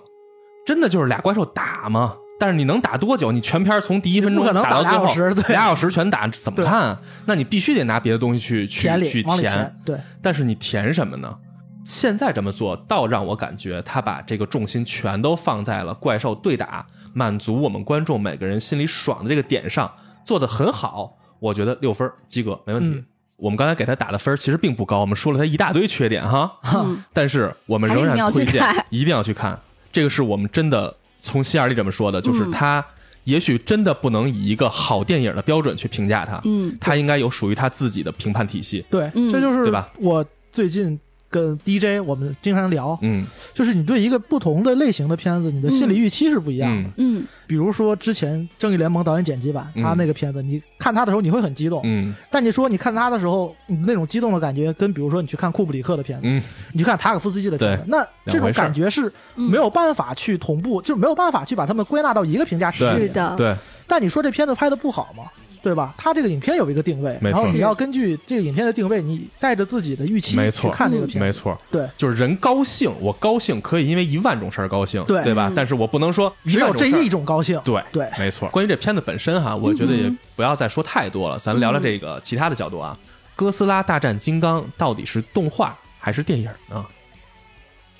Speaker 2: 真的就是俩怪兽打嘛。但是你能打多久？你全片儿从第一分钟
Speaker 4: 你不可能
Speaker 2: 打
Speaker 4: 打
Speaker 2: 到最后
Speaker 4: 俩小时对
Speaker 2: 俩小时全打，怎么
Speaker 4: 对
Speaker 2: 看啊？那你必须得拿别的东西去去
Speaker 4: 填
Speaker 2: 去
Speaker 4: 里往里
Speaker 2: 填。
Speaker 4: 填，对，
Speaker 2: 但是你填什么呢？现在这么做，倒让我感觉他把这个重心全都放在了怪兽对打，满足我们观众每个人心里爽的这个点上，做得很好。我觉得六分儿及格，没问题。
Speaker 4: 嗯
Speaker 2: 我们刚才给他打的分儿其实并不高，我们说了他一大堆缺点哈，
Speaker 3: 嗯
Speaker 2: (laughs) 但是我们仍然推荐
Speaker 3: 还是一
Speaker 2: 一
Speaker 3: 定要去看
Speaker 2: 定要去看。这个是我们真的从心眼里这么说的，就是
Speaker 3: 嗯
Speaker 2: 他也许真的不能以一个好电影的标准去评价它，
Speaker 3: 嗯
Speaker 2: 他应该有属于他自己的评判体系。
Speaker 4: 对，
Speaker 3: 嗯
Speaker 4: 这就是
Speaker 2: 对吧
Speaker 4: 我最近跟 DJ 我们经常聊，
Speaker 2: 嗯
Speaker 4: 就是你对一个不同的类型的片子，你的心理预期是不一样的。
Speaker 2: 嗯
Speaker 3: 嗯
Speaker 4: 比如说之前《正义联盟》导演剪辑版，
Speaker 2: 嗯
Speaker 4: 他那个片子，你看他的时候你会很激动，
Speaker 2: 嗯
Speaker 4: 但你说你看他的时候，你那种激动的感觉，跟比如说你去看库布里克的片子，
Speaker 2: 嗯，
Speaker 4: 你去看塔可夫斯基的片子
Speaker 2: 对，
Speaker 4: 那这
Speaker 2: 两回
Speaker 4: 种
Speaker 2: 事儿
Speaker 4: 感觉是没有办法去同步，就是没有办法去把它们归纳到一个评价体系里。
Speaker 3: 是的
Speaker 2: 对，
Speaker 4: 但你说这片子拍的不好吗？对吧？它这个影片有一个定位，
Speaker 2: 没
Speaker 4: 然
Speaker 2: 错
Speaker 4: 后你要根据这个影片的定位，你带着自己的预期
Speaker 2: 没
Speaker 4: 去
Speaker 2: 错
Speaker 4: 看这个片
Speaker 2: 没
Speaker 4: 子。
Speaker 2: 错，
Speaker 4: 对，
Speaker 2: 就是人高兴，我高兴可以因为一万种事儿高兴，
Speaker 4: 对
Speaker 2: 吧
Speaker 3: 嗯？
Speaker 2: 但是我不能说
Speaker 4: 只有这
Speaker 2: 一万种事
Speaker 4: 一
Speaker 2: 儿。
Speaker 4: 种高兴。
Speaker 2: 对
Speaker 4: 对
Speaker 2: 没错。关于这片子本身哈，我觉得也不要再说太多了，咱们聊聊这个其他的角度啊。哥斯拉大战金刚到底是动画还是电影呢？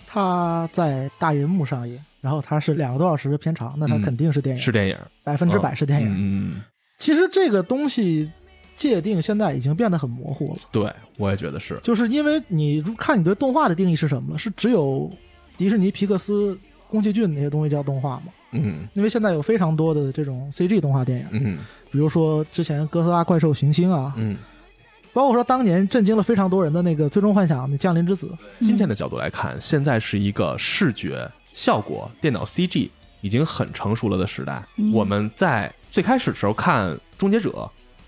Speaker 4: 它在大银幕上映，然后它是两个多小时的片长，那它
Speaker 2: 嗯
Speaker 4: 肯定是电影，
Speaker 2: 是电影，
Speaker 4: 百分之百是电影。
Speaker 2: 嗯，嗯嗯
Speaker 4: 其实这个东西界定现在已经变得很模糊了，
Speaker 2: 对，我也觉得是。
Speaker 4: 就是因为你看你对动画的定义是什么了？是只有迪士尼、皮克斯宫崎骏那些东西叫动画嘛，
Speaker 2: 嗯
Speaker 4: 因为现在有非常多的这种 CG 动画电影，
Speaker 2: 嗯
Speaker 4: 比如说之前《哥斯拉怪兽行星》啊，
Speaker 2: 嗯。
Speaker 4: 包括说当年震惊了非常多人的那个《最终幻想》的《降临之子》，
Speaker 3: 嗯
Speaker 2: 今天的角度来看，现在是一个视觉效果、电脑 CG 已经很成熟了的时代。
Speaker 3: 嗯
Speaker 2: 我们在最开始的时候看《终结者》、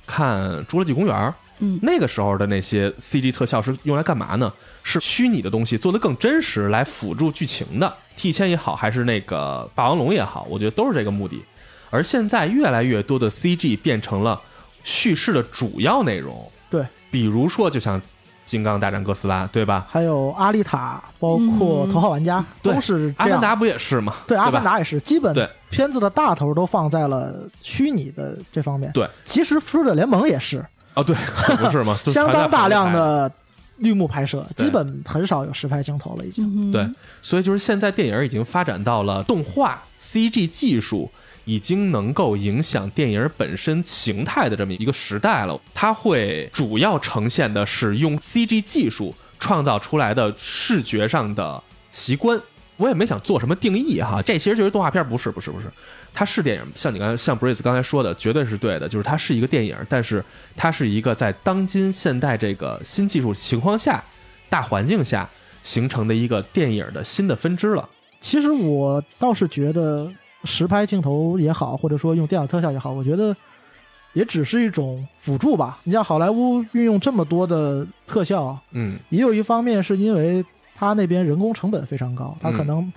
Speaker 2: 看《侏罗纪公园》，
Speaker 3: 嗯
Speaker 2: 那个时候的那些 CG 特效是用来干嘛呢？是虚拟的东西做得更真实，来辅助剧情的。T 千也好，还是那个《霸王龙》也好，我觉得都是这个目的。而现在越来越多的 CG 变成了叙事的主要内容，
Speaker 4: 对，
Speaker 2: 比如说就像《金刚大战哥斯拉》，对吧？
Speaker 4: 还有《阿丽塔》，包括《头号玩家》
Speaker 2: 对
Speaker 4: 都是
Speaker 2: 阿凡
Speaker 4: 这样。
Speaker 2: 达不也是吗？
Speaker 4: 对，《阿
Speaker 2: 吧
Speaker 4: 凡达》也是，基本
Speaker 2: 对
Speaker 4: 片子的大头都放在了虚拟的这方面。
Speaker 2: 对，
Speaker 4: 其实《复仇者联盟》也是
Speaker 2: 哦，对， (laughs) 可不是吗？就
Speaker 4: 相
Speaker 2: 全在
Speaker 4: 当大量
Speaker 2: 旁边拍。
Speaker 4: 的绿幕拍摄，
Speaker 2: 对
Speaker 4: 基本很少有实拍镜头了，已经。
Speaker 3: 嗯，
Speaker 2: 对，所以就是现在电影已经发展到了动画 CG 技术已经能够影响电影本身形态的这么一个时代了。它会主要呈现的是用 CG 技术创造出来的视觉上的奇观。我也没想做什么定义哈，这其实就是动画片，不是不是不是，它是电影，像你刚才像 Breeze 刚才说的，绝对是对的，就是它是一个电影，但是它是一个在当今现代这个新技术情况下、大环境下形成的一个电影的新的分支了。
Speaker 4: 其实我倒是觉得实拍镜头也好，或者说用电脑特效也好，我觉得也只是一种辅助吧。你像好莱坞运用这么多的特效，
Speaker 2: 嗯
Speaker 4: 也有一方面是因为它那边人工成本非常高，它
Speaker 2: 嗯
Speaker 4: 可能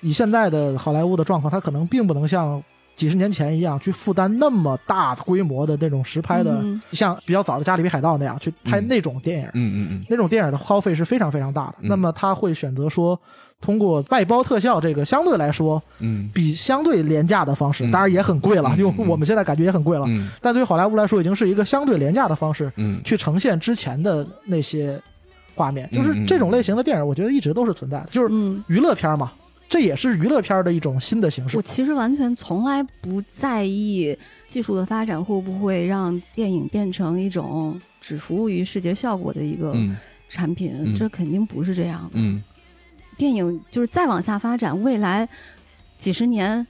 Speaker 4: 以现在的好莱坞的状况，它可能并不能像。几十年前一样去负担那么大规模的那种实拍的，
Speaker 3: 嗯
Speaker 4: 像比较早的《加勒比海盗》那样去拍
Speaker 2: 嗯
Speaker 4: 那种电影，
Speaker 2: 嗯嗯
Speaker 4: 那种电影的花费是非常非常大的。
Speaker 2: 嗯
Speaker 4: 那么他会选择说，通过外包特效这个相对来说
Speaker 2: 嗯
Speaker 4: 比相对廉价的方式，
Speaker 2: 嗯
Speaker 4: 当然也很贵了，
Speaker 2: 嗯
Speaker 4: 用
Speaker 2: 嗯
Speaker 4: 我们现在感觉也很贵了，
Speaker 2: 嗯
Speaker 4: 但对于好莱坞来说已经是一个相对廉价的方式
Speaker 2: 嗯
Speaker 4: 去呈现之前的那些画面。
Speaker 2: 嗯
Speaker 4: 就是
Speaker 2: 嗯
Speaker 4: 这种类型的电影，我觉得一直都是存在的，就是
Speaker 3: 嗯，
Speaker 4: 娱乐片嘛，这也是娱乐片的一种新的形式
Speaker 3: 我。其实完全从来不在意技术的发展会不会让电影变成一种只服务于视觉效果的一个
Speaker 2: 嗯
Speaker 3: 产品，
Speaker 2: 嗯
Speaker 3: 这肯定不是这样的。
Speaker 2: 嗯
Speaker 3: 电影就是再往下发展，未来几十年、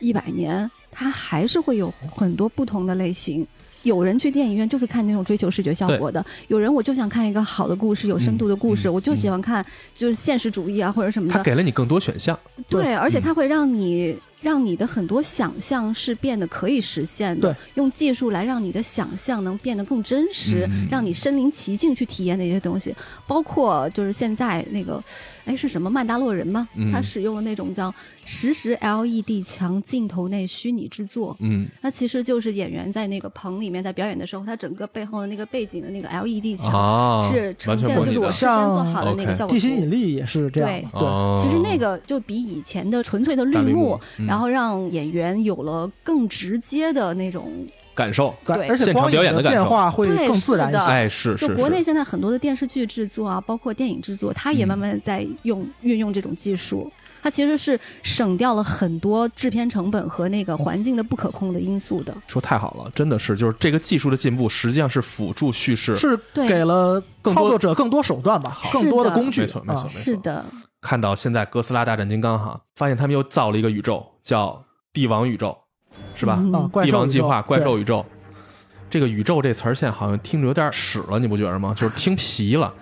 Speaker 3: 一百年，它还是会有很多不同的类型。有人去电影院就是看那种追求视觉效果的，有人我就想看一个好的故事、有深度的故事，
Speaker 2: 嗯嗯
Speaker 3: 我就喜欢看就是现实主义啊或者什么
Speaker 2: 它
Speaker 3: 的。
Speaker 2: 给了你更多选项。
Speaker 3: 对，而且
Speaker 2: 嗯
Speaker 3: 它会让你、让你的很多想象是变得可以实现的。
Speaker 4: 对，
Speaker 3: 用技术来让你的想象能变得更真实，
Speaker 2: 嗯嗯嗯
Speaker 3: 让你身临其境去体验那些东西。包括就是现在那个，哎，是什么曼达洛人吗？
Speaker 2: 嗯
Speaker 3: 他使用的那种叫实时 E LED 墙镜头内虚拟制作。
Speaker 2: 嗯
Speaker 3: 那其实就是演员在那个棚里面在表演的时候，他整个背后的那个背景的那个 LED 墙
Speaker 2: 啊，
Speaker 3: 是呈
Speaker 2: 完全
Speaker 3: 现的
Speaker 2: 模
Speaker 3: 就
Speaker 2: 拟
Speaker 3: 是我
Speaker 2: 的。
Speaker 3: 事先做好的那个
Speaker 2: OK
Speaker 3: 效果
Speaker 4: 地
Speaker 3: 图。
Speaker 4: 心引力也是这样的，对。
Speaker 2: 哦
Speaker 3: 其实那个就比以前的纯粹的绿
Speaker 2: 大绿
Speaker 3: 幕
Speaker 2: 幕，嗯
Speaker 3: 然后让演员有了更直接的那种。
Speaker 2: 嗯感受，
Speaker 4: 感
Speaker 3: 对
Speaker 4: 而且
Speaker 2: 现场
Speaker 4: 光影
Speaker 2: 表演的感
Speaker 4: 变
Speaker 2: 受
Speaker 4: 化会
Speaker 3: 对
Speaker 4: 更
Speaker 3: 是
Speaker 4: 自然一
Speaker 3: 的
Speaker 4: 些。
Speaker 2: 哎，是
Speaker 3: 就是国内
Speaker 2: 是，嗯
Speaker 3: 现在很多的电视剧制作啊，包括电影制作，它也慢慢在用运用这种技术。它其实是省掉了很多制片成本和
Speaker 2: 哦
Speaker 3: 那个环境的不可控的因素的。
Speaker 2: 说太好了，真的是，就是这个技术的进步，实际上是辅助叙事。
Speaker 4: 是
Speaker 3: 对
Speaker 4: 给了
Speaker 2: 更
Speaker 4: 操
Speaker 2: 多
Speaker 4: 作者更多手段吧，
Speaker 3: 是
Speaker 4: 更多的
Speaker 3: 的
Speaker 4: 工具。
Speaker 2: 没错没错
Speaker 4: 啊
Speaker 2: 没错
Speaker 3: 是的，
Speaker 2: 看到现在哥斯拉大战金刚哈，发现他们又造了一个宇宙，叫帝王宇宙，是吧？
Speaker 3: 嗯
Speaker 4: 啊，怪兽
Speaker 2: 帝王
Speaker 4: 宇
Speaker 2: 计
Speaker 4: 宙
Speaker 2: 划、怪兽
Speaker 4: 对
Speaker 2: 宇宙。这个宇宙这词儿现在好像听着有点屎了，你不觉得吗？就是听皮了。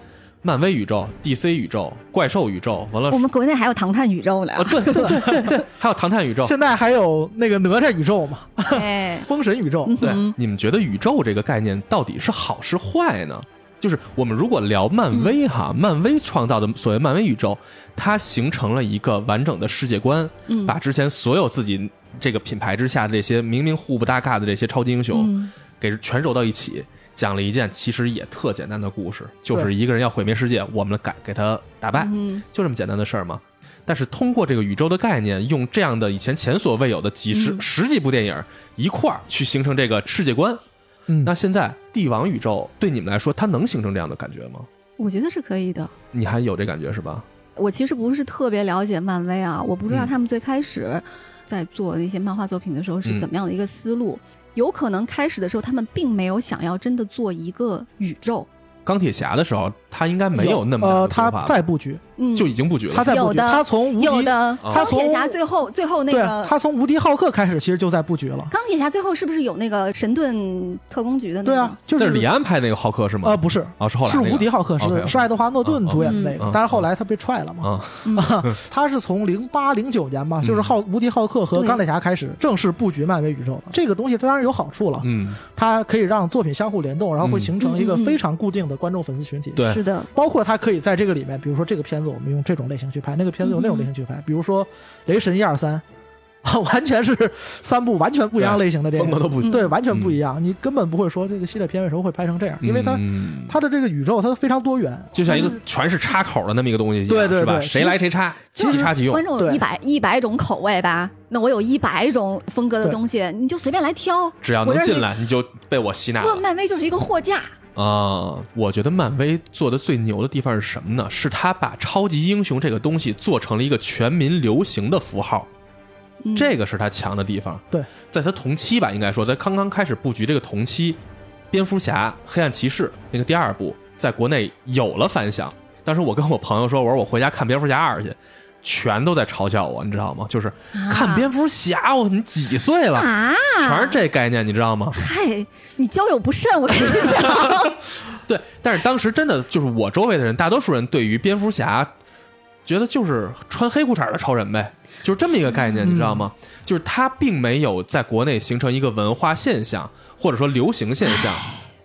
Speaker 2: 漫威宇宙、DC 宇宙、怪兽宇宙，完了
Speaker 3: 我们国内还有唐探宇宙呢
Speaker 2: 啊，。
Speaker 3: (laughs)
Speaker 2: 对对对对对，还有唐探宇宙。
Speaker 4: 现在还有那个哪吒宇宙嘛，
Speaker 2: (laughs)
Speaker 3: 哎，
Speaker 4: 封神宇宙，
Speaker 2: 对，你们觉得宇宙这个概念到底是好是坏呢？就是我们如果聊漫威
Speaker 4: 嗯
Speaker 2: 哈，漫威创造的所谓漫威宇宙，它形成了一个完整的世界观，
Speaker 3: 嗯
Speaker 2: 把之前所有自己这个品牌之下的这些明明互不搭嘎的这些超级英雄，
Speaker 3: 嗯，
Speaker 2: 给全揉到一起，讲了一件其实也特简单的故事，就是
Speaker 4: 对
Speaker 2: 一个人要毁灭世界，我们敢给他打败，
Speaker 3: 嗯
Speaker 2: 就这么简单的事儿嘛。但是通过这个宇宙的概念，用这样的以前前所未有的几十、
Speaker 3: 嗯
Speaker 2: 十几部电影一块儿去形成这个世界观。
Speaker 4: 嗯
Speaker 2: 那现在帝王宇宙对你们来说，它能形成这样的感觉吗？
Speaker 3: 我觉得是可以的。
Speaker 2: 你还有这感觉是吧？
Speaker 3: 我其实不是特别了解漫威啊，我不知道
Speaker 2: 嗯
Speaker 3: 他们最开始在做那些漫画作品的时候
Speaker 2: 嗯
Speaker 3: 是怎么样的一个思路。有可能开始的时候，他们并没有想要真的做一个宇宙，
Speaker 2: 钢铁侠的时候，他应该没有那么大的
Speaker 4: 呃，
Speaker 2: 规
Speaker 4: 他
Speaker 2: 划吧
Speaker 4: 在布局，
Speaker 3: 嗯，
Speaker 2: 就已经布局了。
Speaker 4: 他在布
Speaker 3: 有
Speaker 4: 局，
Speaker 3: 的
Speaker 4: 他从无敌
Speaker 3: 有的
Speaker 2: 啊
Speaker 3: 钢
Speaker 4: 他
Speaker 3: 铁
Speaker 4: 从
Speaker 3: 侠最后最后那
Speaker 4: 对啊
Speaker 3: 个，
Speaker 4: 他从无敌浩克开始，其实就在布局了。
Speaker 3: 钢铁侠最后是不是有那个神盾特工局的那个？
Speaker 4: 对啊，就
Speaker 2: 那
Speaker 4: 是
Speaker 2: 是李安拍那个浩克是吗？
Speaker 4: 呃，不是，
Speaker 2: 啊，是后来
Speaker 4: 是
Speaker 2: 那个
Speaker 4: 无敌浩克，
Speaker 2: OK，OK
Speaker 4: 是是爱德华诺顿主演的那
Speaker 2: 嗯
Speaker 4: 个，但是后来他被踹了嘛。
Speaker 2: 啊，
Speaker 4: 他是从零八零九年
Speaker 2: 嗯
Speaker 4: 吧，就是浩无敌浩克和
Speaker 3: 对
Speaker 4: 钢铁侠开始正式布局漫威宇宙的。这个东西它当然有好处了，
Speaker 2: 嗯，
Speaker 4: 它可以让作品相互联动，然后会
Speaker 2: 嗯
Speaker 4: 形成一个
Speaker 3: 嗯嗯嗯
Speaker 4: 非常固定的观众粉丝群体。
Speaker 2: 对
Speaker 3: 是的，
Speaker 4: 包括它可以在这个里面，比如说这个片子我们用这种类型去拍，那个片子用那种
Speaker 3: 嗯
Speaker 4: 类型去拍，比如说《雷神》一二三， (laughs) 啊，完全是三部完全不一样类型的电
Speaker 2: 风格
Speaker 4: 影，
Speaker 2: 都不
Speaker 3: 嗯
Speaker 4: 对，完全不一样，你根本不会说这个系列片为什么会拍成这样，因为它、
Speaker 2: 嗯
Speaker 4: 它的这个宇宙它非常多元，
Speaker 2: 就像一个全是插口的那么一个东西一样，
Speaker 4: 对对
Speaker 2: 是吧？
Speaker 4: 对
Speaker 2: 谁来谁插，
Speaker 3: 就
Speaker 2: 即
Speaker 3: 是
Speaker 2: 插即用
Speaker 3: 观。众有
Speaker 4: 对
Speaker 3: 一百一百种口味吧，那我有一百种风格的
Speaker 4: 对
Speaker 3: 东西，你就随便来挑。
Speaker 2: 只要能
Speaker 3: 我认为
Speaker 2: 进，来，啊你就被我吸纳
Speaker 3: 哇，
Speaker 2: 了
Speaker 3: 漫威就是一个货架。
Speaker 2: 啊！我觉得漫威做的最牛的地方是什么呢？是他把超级英雄这个东西做成了一个全民流行的符号，
Speaker 3: 嗯
Speaker 2: 这个是他强的地方。
Speaker 4: 对，
Speaker 2: 在他同期吧，应该说在刚刚开始布局这个同期，蝙蝠侠、黑暗骑士那个第二部在国内有了反响。当时我跟我朋友说，我说我回家看蝙蝠侠二去，全都在嘲笑我，你知道吗？就是看蝙蝠侠，我你几岁了？
Speaker 3: 啊，
Speaker 2: 全是这概念，你知道吗？
Speaker 3: 嗨，你交友不慎，我跟你
Speaker 2: (laughs)
Speaker 3: 讲，
Speaker 2: 对，但是当时真的就是我周围的人，大多数人对于蝙蝠侠，觉得就是穿黑裤衩的超人呗，就是这么一个概念，你知道吗？就是它并没有在国内形成一个文化现象，或者说流行现象，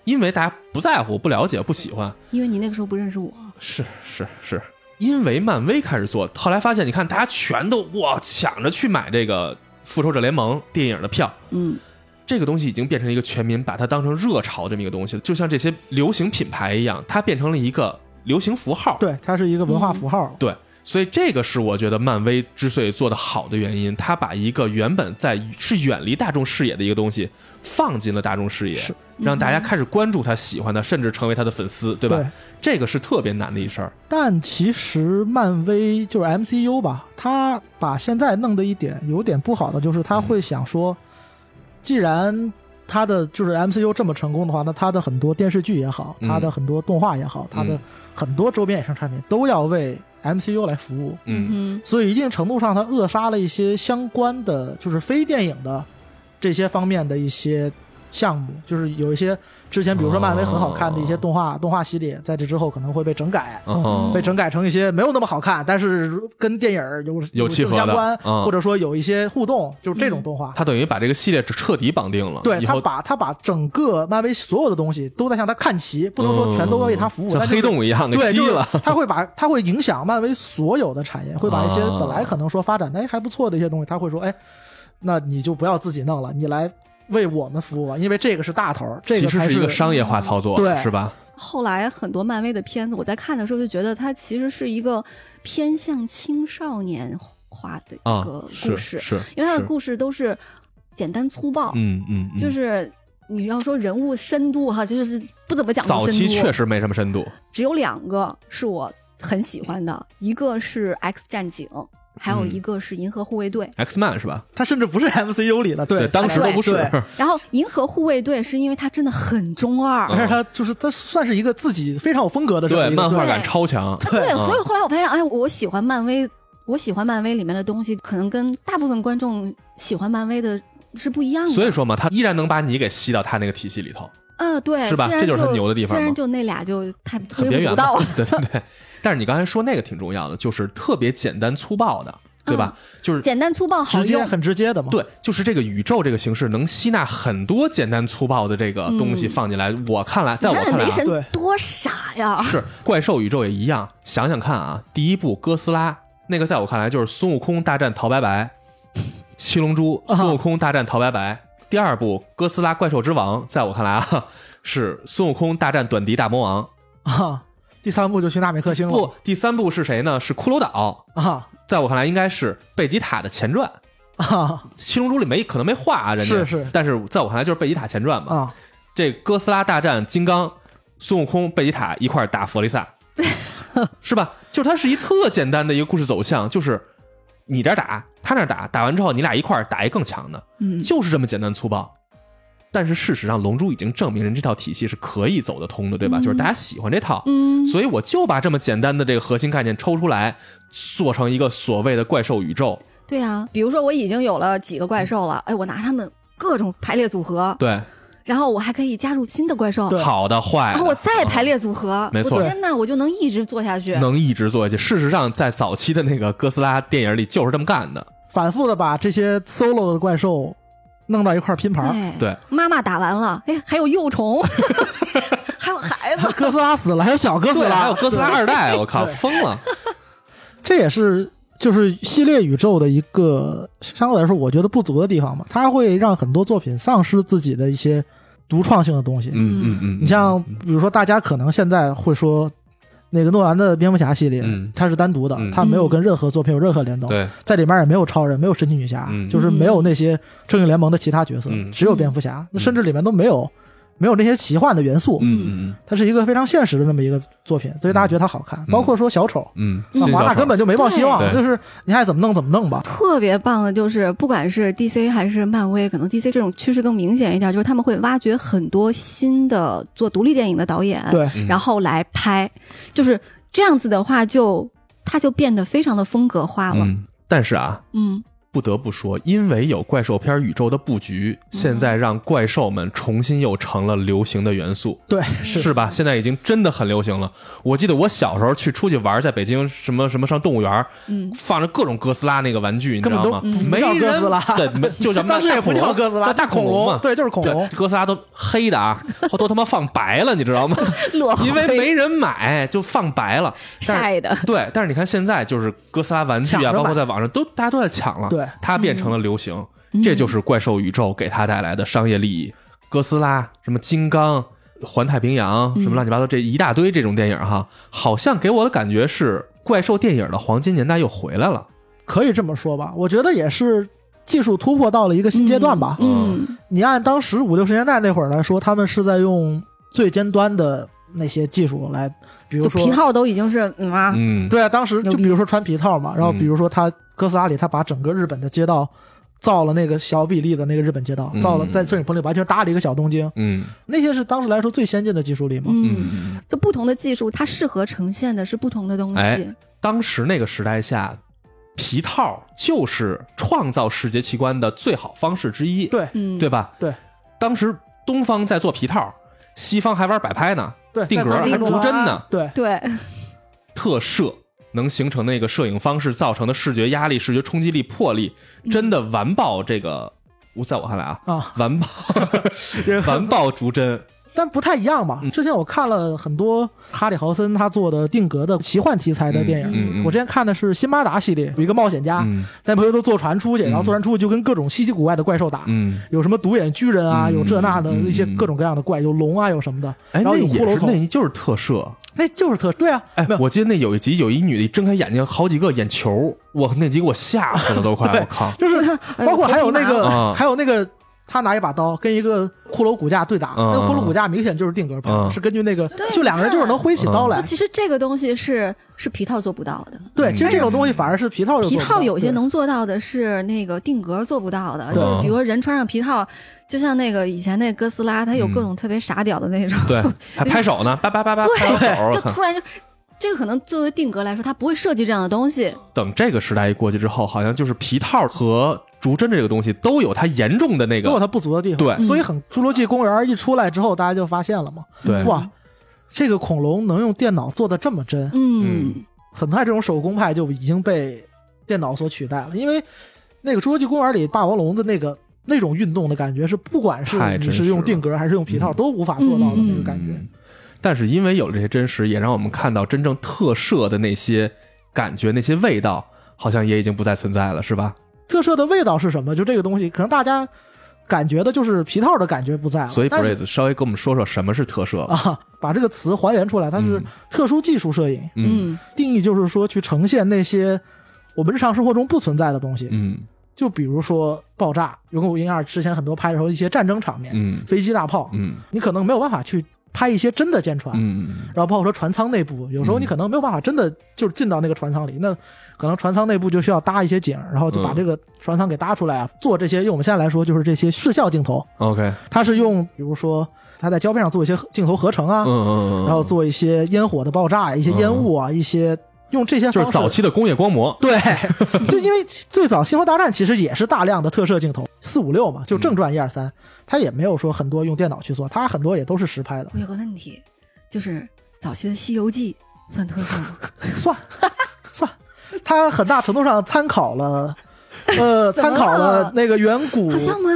Speaker 2: 因为大家不在乎、不了解、不喜欢。
Speaker 3: 因为你那个时候不认识我。
Speaker 2: 是是是，因为漫威开始做，后来发现，你看大家全都哇抢着去买这个《复仇者联盟》电影的票，
Speaker 3: 嗯，
Speaker 2: 这个东西已经变成一个全民把它当成热潮这么一个东西了，就像这些流行品牌一样，它变成了一个流行符号。
Speaker 4: 对，它是一个文化符号。
Speaker 2: 对所以这个是我觉得漫威之所以做得好的原因，它把一个原本在是远离大众视野的一个东西放进了大众视野，
Speaker 4: 是
Speaker 2: 让大家开始关注它、喜欢它，甚至成为它的粉丝，对吧？
Speaker 4: 对
Speaker 2: 这个是特别难的一事儿。
Speaker 4: 但其实漫威就是 MCU 吧，它把现在弄的一点有点不好的就是，它会想说，既然它的就是 MCU 这么成功的话，那它的很多电视剧也好，
Speaker 2: 嗯
Speaker 4: 它的很多动画也好，它的很多周边衍生产品都要为 MCU 来服务，
Speaker 2: 嗯
Speaker 3: 嗯
Speaker 4: 所以一定程度上它扼杀了一些相关的就是非电影的这些方面的一些。项目就是有一些之前，比如说漫威很好看的一些动画、动画系列，在这之后可能会被整改，
Speaker 2: 哦
Speaker 4: 被整改成一些没有那么好看，但是跟电影儿有
Speaker 2: 有契合
Speaker 4: 正
Speaker 2: 的
Speaker 4: 相关，
Speaker 2: 嗯
Speaker 4: 或者说有一些互动，就是这种动画。
Speaker 2: 它等于把这个系列彻底绑定了，
Speaker 4: 对
Speaker 2: 以
Speaker 4: 他
Speaker 2: 后
Speaker 4: 把他把整个漫威所有的东西都在向他看齐，不能说全都为他服务，
Speaker 2: 哦像
Speaker 4: 但
Speaker 2: 嗯
Speaker 4: 就是
Speaker 2: 黑洞一样给
Speaker 4: 对，
Speaker 2: 吸
Speaker 4: 就是
Speaker 2: 了。
Speaker 4: 他会把他会影响漫威所有的产业，会把一些
Speaker 2: 啊
Speaker 4: 本来可能说发展的哎还不错的一些东西，他会说哎，那你就不要自己弄了，你来为我们服务吧，因为这个是大头儿，这
Speaker 2: 其
Speaker 4: 个
Speaker 2: 实
Speaker 4: 才
Speaker 2: 一个商业化操作，
Speaker 4: 对
Speaker 2: 是吧？
Speaker 3: 后来很多漫威的片子，我在看的时候就觉得它其实是一个偏向青少年化的一
Speaker 2: 啊
Speaker 3: 个，故
Speaker 2: 是
Speaker 3: 事，
Speaker 2: 是，
Speaker 3: 因为它
Speaker 2: 是
Speaker 3: 的故事都是简单粗暴，
Speaker 2: 嗯嗯，嗯
Speaker 3: 就是你要说人物深度哈，就是不怎么讲究
Speaker 2: 早期
Speaker 3: 深度
Speaker 2: 确实没什么深度，
Speaker 3: 只有两个是我很喜欢的，一个是《X 战警》，还
Speaker 2: 嗯
Speaker 3: 有一个是《银河护卫队》
Speaker 2: X Man 是吧？
Speaker 4: 他甚至不是 MCU 里的，对，哎
Speaker 2: 当时都不是
Speaker 4: 对，
Speaker 3: 然后《银河护卫队》是因为它真的很中二，
Speaker 2: 啊
Speaker 4: 而且他就是他算是一个自己非常有风格的这么
Speaker 2: 嗯
Speaker 4: 一个
Speaker 2: 漫
Speaker 4: 对
Speaker 2: 画感超强。
Speaker 3: 对，
Speaker 2: 嗯
Speaker 3: 所以后来我发现，哎，我喜欢漫威，我喜欢漫威里面的东西，可能跟大部分观众喜欢漫威的是不一样的。
Speaker 2: 所以说嘛，他依然能把你给吸到他那个体系里头，
Speaker 3: 啊，对，
Speaker 2: 是吧
Speaker 3: 虽然
Speaker 2: 这就是它牛的地方
Speaker 3: 虽然
Speaker 2: 嘛
Speaker 3: 就那俩就太
Speaker 2: 很
Speaker 3: 微
Speaker 2: 边
Speaker 3: 不
Speaker 2: 缘
Speaker 3: 足道
Speaker 2: 嘛
Speaker 3: 了。。
Speaker 2: 对对对。但是你刚才说那个挺重要的，就是特别简单粗暴的，对吧？就是
Speaker 3: 嗯简单粗暴好
Speaker 4: 直接
Speaker 3: 用，
Speaker 4: 很直接的嘛。
Speaker 2: 对，就是这个宇宙这个形式能吸纳很多简单粗暴的这个东西
Speaker 3: 嗯
Speaker 2: 放进来。我看来，在
Speaker 3: 你
Speaker 2: 我
Speaker 3: 看
Speaker 2: 看来
Speaker 3: 那雷
Speaker 2: 啊，
Speaker 3: 神
Speaker 4: 对
Speaker 3: 多傻呀！
Speaker 4: 啊
Speaker 2: 是怪兽宇宙也一样。想想看啊，第一部哥斯拉那个，在我看来就是孙悟空大战陶白白，七龙珠
Speaker 4: 啊
Speaker 2: 孙悟空大战陶白白。第二部哥斯拉怪兽之王，在我看来啊，是孙悟空大战短笛大魔王。
Speaker 4: 啊，第三部就去纳米克星了
Speaker 2: 不，第三部是谁呢？是骷髅岛，
Speaker 4: 啊
Speaker 2: 在我看来应该是贝吉塔的前传。
Speaker 4: 啊
Speaker 2: 七龙珠里没可能没画啊，人家
Speaker 4: 是是
Speaker 2: 但是在我看来就是贝吉塔前传嘛。
Speaker 4: 啊！
Speaker 2: 这哥斯拉大战金刚，孙悟空、贝吉塔一块儿打弗利
Speaker 3: (laughs)
Speaker 2: 萨，是吧？就是它是一特简单的一个故事走向，就是你这儿打，他那儿打，打完之后你俩一块儿打一更强的，
Speaker 3: 嗯，
Speaker 2: 就是这么简单粗暴。但是事实上，《龙珠》已经证明人这套体系是可以走得通的，对吧？就是大家喜欢这套，
Speaker 3: 嗯
Speaker 2: 所以我就把这么简单的这个核心概念抽出来，做成一个所谓的怪兽宇宙。
Speaker 3: 对啊，比如说我已经有了几个怪兽了，哎，我拿它们各种排列组合，
Speaker 2: 对，
Speaker 3: 然后我还可以加入新的怪兽，
Speaker 4: 对
Speaker 2: 好的坏
Speaker 3: 然啊后我
Speaker 2: 的。
Speaker 3: 再排列组合，
Speaker 2: 没错
Speaker 3: 我天呐，我就能一直做下去。
Speaker 2: 能一直做下去。事实上，在早期的那个哥斯拉电影里就是这么干的。
Speaker 4: 反复的把这些 solo 的怪兽弄到一块儿拼盘儿。
Speaker 3: 对
Speaker 2: 对，
Speaker 3: 妈妈打完了，哎，还有
Speaker 2: (laughs)
Speaker 3: 幼虫，还有孩子，
Speaker 4: (laughs) 哥斯拉死了，还有小哥斯
Speaker 2: 对，还有
Speaker 4: 拉，
Speaker 2: 哥斯拉二代，啊我靠，
Speaker 4: 啊对
Speaker 2: 疯了！
Speaker 4: 这也是就是系列宇宙的一个相对来说我觉得不足的地方嘛，它会让很多作品丧失自己的一些独创性的东西。
Speaker 2: 嗯嗯嗯，
Speaker 4: 你像比如说，大家可能现在会说。那个诺兰的蝙蝠侠系列，
Speaker 2: 嗯
Speaker 4: 它是单独的
Speaker 2: 嗯，
Speaker 4: 它没有跟任何作品有任何联动，
Speaker 2: 对，
Speaker 4: 在里面也没有超人，没有神奇女侠
Speaker 2: 嗯，
Speaker 4: 就是没有那些正义联盟的其他角色
Speaker 2: 嗯，
Speaker 4: 只有蝙蝠侠，那甚至里面都没有没有那些奇幻的元素，
Speaker 2: 嗯嗯
Speaker 4: 它是一个非常现实的那么一个作品，所以大家觉得它好看。包括说小丑，
Speaker 2: 嗯嗯，
Speaker 4: 那
Speaker 2: 新
Speaker 4: 华纳
Speaker 2: 小丑
Speaker 4: 根本就没抱希望，
Speaker 2: 对
Speaker 4: 就是你爱怎么弄怎么弄吧。
Speaker 3: 特别棒的就是，不管是 DC 还是漫威，可能 DC 这种趋势更明显一点，就是他们会挖掘很多新的做独立电影的导演，
Speaker 4: 对，
Speaker 2: 嗯
Speaker 3: 然后来拍，就是这样子的话就，它就变得非常的风格化了。
Speaker 2: 嗯，但是啊，
Speaker 3: 嗯，
Speaker 2: 不得不说，因为有怪兽片宇宙的布局，现在让怪兽们重新又成了流行的元素，
Speaker 4: 对，
Speaker 2: 是
Speaker 4: 是
Speaker 2: 吧？现在已经真的很流行了。我记得我小时候去出去玩，在北京什么什么上动物园，
Speaker 3: 嗯，
Speaker 2: 放着各种哥斯拉那个玩具，你知
Speaker 4: 根本
Speaker 2: 道
Speaker 4: 都
Speaker 2: 吗？
Speaker 4: 不
Speaker 2: 没
Speaker 4: 叫
Speaker 2: 人
Speaker 4: 哥斯拉 (laughs)
Speaker 2: 对，没就叫
Speaker 4: 当时也不叫哥斯拉，
Speaker 2: 叫大
Speaker 4: 恐
Speaker 2: 恐龙嘛。
Speaker 4: 对，就是恐龙。
Speaker 2: 这哥斯拉都黑的啊， (laughs) 都他妈放白了，你知道吗？
Speaker 3: 落
Speaker 2: (laughs) 因为没人买，就放白了。但是
Speaker 3: (laughs) 晒的，
Speaker 2: 对，但是你看现在就是哥斯拉玩具
Speaker 4: 抢着
Speaker 2: 啊，
Speaker 4: 买
Speaker 2: 包括在网上都大家都在抢了，
Speaker 4: 对
Speaker 2: 它变成了流行，
Speaker 3: 嗯
Speaker 2: 这就是怪兽宇宙给它带来的商业利益。哥斯拉、什么金刚、环太平洋、什么乱七八糟这一大堆这种电影哈，好像给我的感觉是怪兽电影的黄金年代又回来了。
Speaker 4: 可以这么说吧，我觉得也是技术突破到了一个新阶段吧。
Speaker 3: 嗯，嗯
Speaker 4: 你按当时五六十年代那会儿来说，他们是在用最尖端的那些技术来，比如
Speaker 3: 就
Speaker 4: 说
Speaker 3: 皮套都已经是嗯啊，
Speaker 2: 嗯，
Speaker 4: 对啊，当时
Speaker 3: 牛
Speaker 4: 就
Speaker 3: 逼
Speaker 4: 比如说穿皮套嘛，然后
Speaker 2: 嗯
Speaker 4: 比如说他哥斯拉里，他把整个日本的街道造了那个小比例的那个日本街道，
Speaker 2: 嗯
Speaker 4: 造了在摄影棚里完全搭了一个小东京，
Speaker 2: 嗯
Speaker 4: 那些是当时来说最先进的技术力嘛。
Speaker 3: 嗯，
Speaker 2: 嗯，
Speaker 3: 就不同的技术，它适合呈现的是不同的东
Speaker 2: 哎
Speaker 3: 西。
Speaker 2: 当时那个时代下。皮套就是创造视觉奇观的最好方式之一，
Speaker 4: 对
Speaker 3: 嗯，
Speaker 2: 对吧？
Speaker 4: 对，
Speaker 2: 当时东方在做皮套，西方还玩摆拍呢，
Speaker 4: 对，
Speaker 2: 定格
Speaker 4: 在
Speaker 3: 造
Speaker 4: 当
Speaker 2: 还
Speaker 4: 时
Speaker 3: 定格
Speaker 2: 逐帧呢，
Speaker 4: 对
Speaker 3: 对，
Speaker 2: 特摄能形成那个摄影方式造成的视觉压力、视觉冲击力、魄力，
Speaker 4: 嗯
Speaker 2: 真的完爆这个。我在我看来啊，
Speaker 4: 啊，
Speaker 2: 完
Speaker 4: (laughs)
Speaker 2: 爆，完爆逐帧，
Speaker 4: 但不太一样
Speaker 2: 嗯
Speaker 4: 吧。之前我看了很多哈里豪森他做的定格的奇幻题材的电影，
Speaker 2: 嗯嗯嗯
Speaker 4: 我之前看的是辛巴达系列，有一个冒险家，
Speaker 2: 嗯
Speaker 4: 那朋友都坐船出去，然后坐船出去就跟各种稀奇古怪的怪兽打。
Speaker 2: 嗯，
Speaker 4: 有什么独眼巨人啊，
Speaker 2: 嗯
Speaker 4: 有这那的
Speaker 2: 嗯嗯嗯
Speaker 4: 一些各种各样的怪，有龙啊，有什么的，
Speaker 2: 哎，
Speaker 4: 然后
Speaker 2: 那
Speaker 4: 有
Speaker 2: 也
Speaker 4: 骷髅
Speaker 2: 是，
Speaker 4: 头，
Speaker 2: 那就是特摄。
Speaker 4: 那就是特对啊，
Speaker 2: 哎
Speaker 4: 没，有
Speaker 2: 我记得那有一集，有一女的睁开眼睛，好几个眼球，我那集给我吓死了，都 (laughs) 快，我靠！
Speaker 4: 就是
Speaker 2: 哎
Speaker 4: 包括还有那
Speaker 2: 头皮麻
Speaker 4: 个
Speaker 2: 了
Speaker 4: 还有那个。他拿一把刀跟一个骷髅骨架对打，
Speaker 2: 嗯
Speaker 4: 那个骷髅骨架明显就是定格拍，
Speaker 2: 嗯
Speaker 4: 是根据那个
Speaker 3: 对
Speaker 4: 就两个人就是能挥起刀来
Speaker 3: 就。其实这个东西是是皮套做不到的，
Speaker 4: 对，其实这种东西反而是皮套就
Speaker 3: 皮
Speaker 4: 做不到
Speaker 3: 套有些
Speaker 4: 对
Speaker 3: 能做到的是那个定格做不到的，就
Speaker 4: 对
Speaker 3: 是比如说人穿上皮套，就像那个以前那哥斯拉，它有各种特别傻屌的那种，
Speaker 2: (laughs) 对，还拍手呢，叭叭叭叭拍手，我
Speaker 3: 就
Speaker 2: 靠！
Speaker 3: 突然就。这个可能作为定格来说，它不会设计这样的东西。
Speaker 2: (laughs) 等这个时代一过去之后，好像就是皮套和竹针这个东西都有它严重的那
Speaker 4: 都有
Speaker 2: 个
Speaker 4: 它不足的地方。
Speaker 2: 对
Speaker 4: 所以很《侏罗纪公园》一出来之后，大家就发现了嘛，
Speaker 2: 对
Speaker 4: 哇，这个恐龙能用电脑做的这么真，
Speaker 3: 嗯，
Speaker 4: 很快这种手工派就已经被电脑所取代了，因为那个《侏罗纪公园》里霸王龙的那个。那种运动的感觉是，不管是
Speaker 2: 太
Speaker 4: 你
Speaker 2: 真
Speaker 4: 是
Speaker 2: 实
Speaker 4: 用
Speaker 2: 了
Speaker 4: 定格还是用皮套，
Speaker 3: 嗯
Speaker 4: 都无法做到的那个感觉。
Speaker 2: 嗯但是因为有了这些真实，也让我们看到真正特摄的那些感觉、那些味道，好像也已经不再存在了，是吧？
Speaker 4: 特摄的味道是什么？就这个东西，可能大家感觉的就是皮套的感觉不在了。
Speaker 2: 所以
Speaker 4: 但是
Speaker 2: Braze 稍微跟我们说说什么是特摄吧。
Speaker 4: 啊，把这个词还原出来，它是
Speaker 2: 嗯
Speaker 4: 特殊技术摄影。
Speaker 2: 嗯
Speaker 3: 嗯
Speaker 4: 定义就是说去呈现那些我们日常生活中不存在的东西，
Speaker 2: 嗯
Speaker 4: 就比如说爆炸，《永古英二》之前很多拍的时候一些战争场面，
Speaker 2: 嗯
Speaker 4: 飞机大炮，
Speaker 2: 嗯
Speaker 4: 你可能没有办法去拍一些真的舰船，
Speaker 2: 嗯
Speaker 4: 然后包括说船舱内部，有时候你可能没有办法真的就是进到那个船舱里，那可能船舱内部就需要搭一些景，然后就把
Speaker 2: 嗯
Speaker 4: 这个船舱给搭出来啊，做这些用我们现在来说就是这些视效镜头，
Speaker 2: ，OK，
Speaker 4: 它是用比如说它在胶片上做一些镜头合成啊，
Speaker 2: 嗯嗯嗯，
Speaker 4: 然后做一些烟火的爆炸呀、一些烟雾啊，一些用这些
Speaker 2: 就
Speaker 4: 方
Speaker 2: 是
Speaker 4: 式
Speaker 2: 早期的工业光魔，
Speaker 4: 对， (laughs) 就因为最早《星球大战》其实也是大量的特摄镜头，四五六嘛，就正传一二三，它也没有说很多用电脑去做，它很多也都是实拍的，
Speaker 3: 我有个问题，就是早期的《西游记》算特摄吗？
Speaker 4: 算 (laughs) 算，它很大程度上参考了。
Speaker 3: (laughs)
Speaker 4: 呃，
Speaker 3: 怎么
Speaker 4: 参考了
Speaker 3: 了
Speaker 4: 那个远古，
Speaker 3: 好像吗？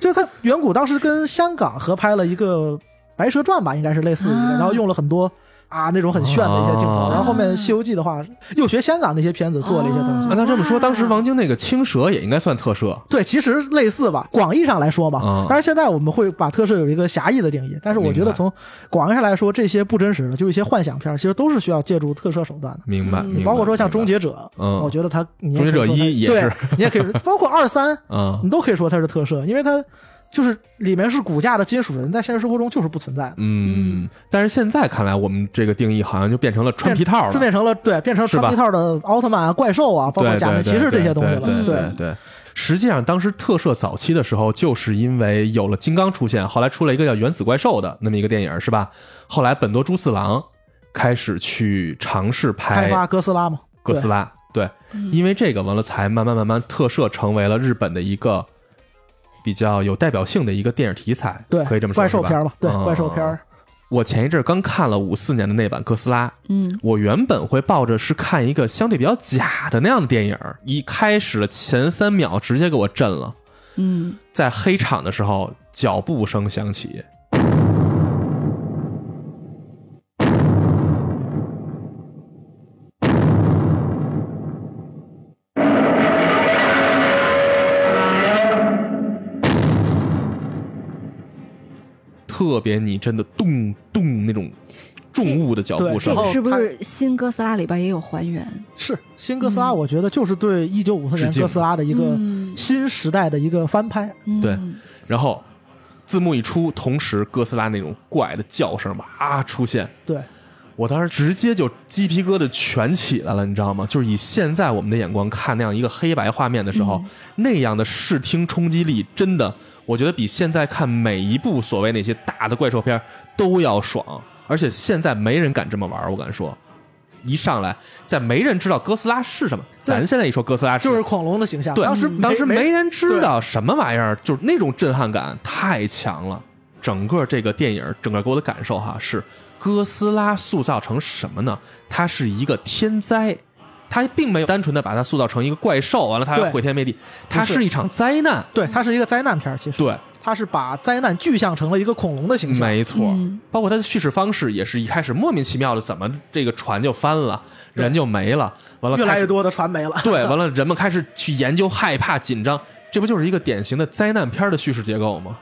Speaker 4: 就是它远古当时跟香港合拍了一个《白蛇传》吧，应该是类似于的，
Speaker 3: 啊
Speaker 4: 然后用了很多啊那种很炫的一些镜头，
Speaker 2: 啊
Speaker 4: 然后后面《西游记》的话又学香港那些片子做了一些东西，
Speaker 2: 啊
Speaker 3: 啊
Speaker 2: 那这么说，当时王晶那个青蛇也应该算特摄，
Speaker 4: 对，其实类似吧，广义上来说嘛。
Speaker 2: 嗯
Speaker 4: 当然，现在我们会把特摄有一个狭义的定义，但是我觉
Speaker 2: 明白
Speaker 4: 得从广义上来说，这些不真实的，就是一些幻想片儿，其实都是需要借助特摄手段的。
Speaker 2: 明白？
Speaker 3: 嗯
Speaker 2: 明白
Speaker 4: 包括说像《终，结者》，
Speaker 2: 嗯
Speaker 4: 我觉得它，你也
Speaker 2: 终结者
Speaker 4: 可以说它
Speaker 2: 一也是
Speaker 4: 对，你也可以说， (laughs) 包括二三，
Speaker 2: 明白嗯
Speaker 4: 你都可以说它是特摄，因为它就是里面是骨架的金属人，在现实生活中就是不存在的，
Speaker 2: 嗯，但是现在看来，我们这个定义好像就变成了穿皮套
Speaker 4: 就
Speaker 2: 了，
Speaker 4: 变成了对，变成
Speaker 2: 是吧
Speaker 4: 穿皮套的奥特曼啊、怪兽啊，包括
Speaker 2: 对
Speaker 4: 假面骑士这些东西了。
Speaker 2: 对对对对。实际上，当时特摄早期的时候，就是因为有了金刚出现，后来出了一个叫《原子怪兽》的那么一个电影，是吧？后来本多猪四郎开始去尝试
Speaker 4: 开
Speaker 2: 拍
Speaker 4: 发哥斯拉嘛，
Speaker 2: 哥斯
Speaker 4: 对
Speaker 2: 拉，对，
Speaker 3: 嗯
Speaker 2: 因为这个完了才慢慢慢慢特摄成为了日本的一个比较有代表性的一个电影题材，
Speaker 4: 对，
Speaker 2: 可以这么说，
Speaker 4: 怪兽片
Speaker 2: 是
Speaker 4: 儿
Speaker 2: 吧
Speaker 4: 吧，对，
Speaker 2: 嗯
Speaker 4: 怪兽片儿。
Speaker 2: 我前一阵儿刚看了五四年的那版哥斯拉，
Speaker 3: 嗯
Speaker 2: 我原本会抱着是看一个相对比较假的那样的电影，一开始的前三秒直接给我震了。
Speaker 3: 嗯，
Speaker 2: 在黑场的时候，脚步声响起，特别拟真的咚咚那种重物的脚步
Speaker 4: 对
Speaker 2: 声
Speaker 3: 这
Speaker 4: 然
Speaker 3: 个
Speaker 4: 后，
Speaker 3: 是不
Speaker 4: 它
Speaker 3: 是新哥斯拉里边也有还原？
Speaker 4: 是新哥斯拉，
Speaker 3: 嗯
Speaker 4: 我觉得就是对一九五四
Speaker 2: 致
Speaker 4: 年
Speaker 2: 敬
Speaker 4: 哥斯拉的一个
Speaker 3: 嗯
Speaker 4: 新时代的一个翻拍。
Speaker 3: 嗯
Speaker 2: 对然后字幕一出，同时哥斯拉那种怪的叫声吧啊出现，
Speaker 4: 对，
Speaker 2: 我当时直接就鸡皮疙瘩全起来了，你知道吗？就是以现在我们的眼光看那样一个黑白画面的时
Speaker 4: 嗯
Speaker 2: 候，那样的视听冲击力，真的，我觉得比现在看每一部所谓那些大的怪兽片儿都要爽。而且现在没人敢这么玩儿，我敢说，一上来在没人知道哥斯拉是什么，咱现在一说哥斯拉
Speaker 4: 就是是恐龙的形象。
Speaker 2: 对，
Speaker 4: 啊当时
Speaker 2: 当时没
Speaker 4: 没
Speaker 2: 人知道什么玩意儿，就是那种震撼感太强了。整个这个电影，整个给我的感受哈是，哥斯拉塑造成什么呢？它是一个天灾，它并没有单纯的把它塑造成一个怪兽，完了它要
Speaker 4: 对
Speaker 2: 毁天灭地，它
Speaker 4: 是
Speaker 2: 是一场灾难。
Speaker 4: 对，它是一个灾难片儿，其实
Speaker 2: 对，
Speaker 4: 它是把灾难具象成了一个恐龙的形象。
Speaker 2: 没错，
Speaker 3: 嗯
Speaker 2: 包括它的叙事方式也是一开始莫名其妙的，怎么这个船就翻了，人就没了，完了
Speaker 4: 越
Speaker 2: 开
Speaker 4: 来
Speaker 2: 始
Speaker 4: 越多的传媒 (laughs) 了。
Speaker 2: 对，完了人们开始去研究害怕、紧张，这不就是一个典型的灾难片的叙事结构吗？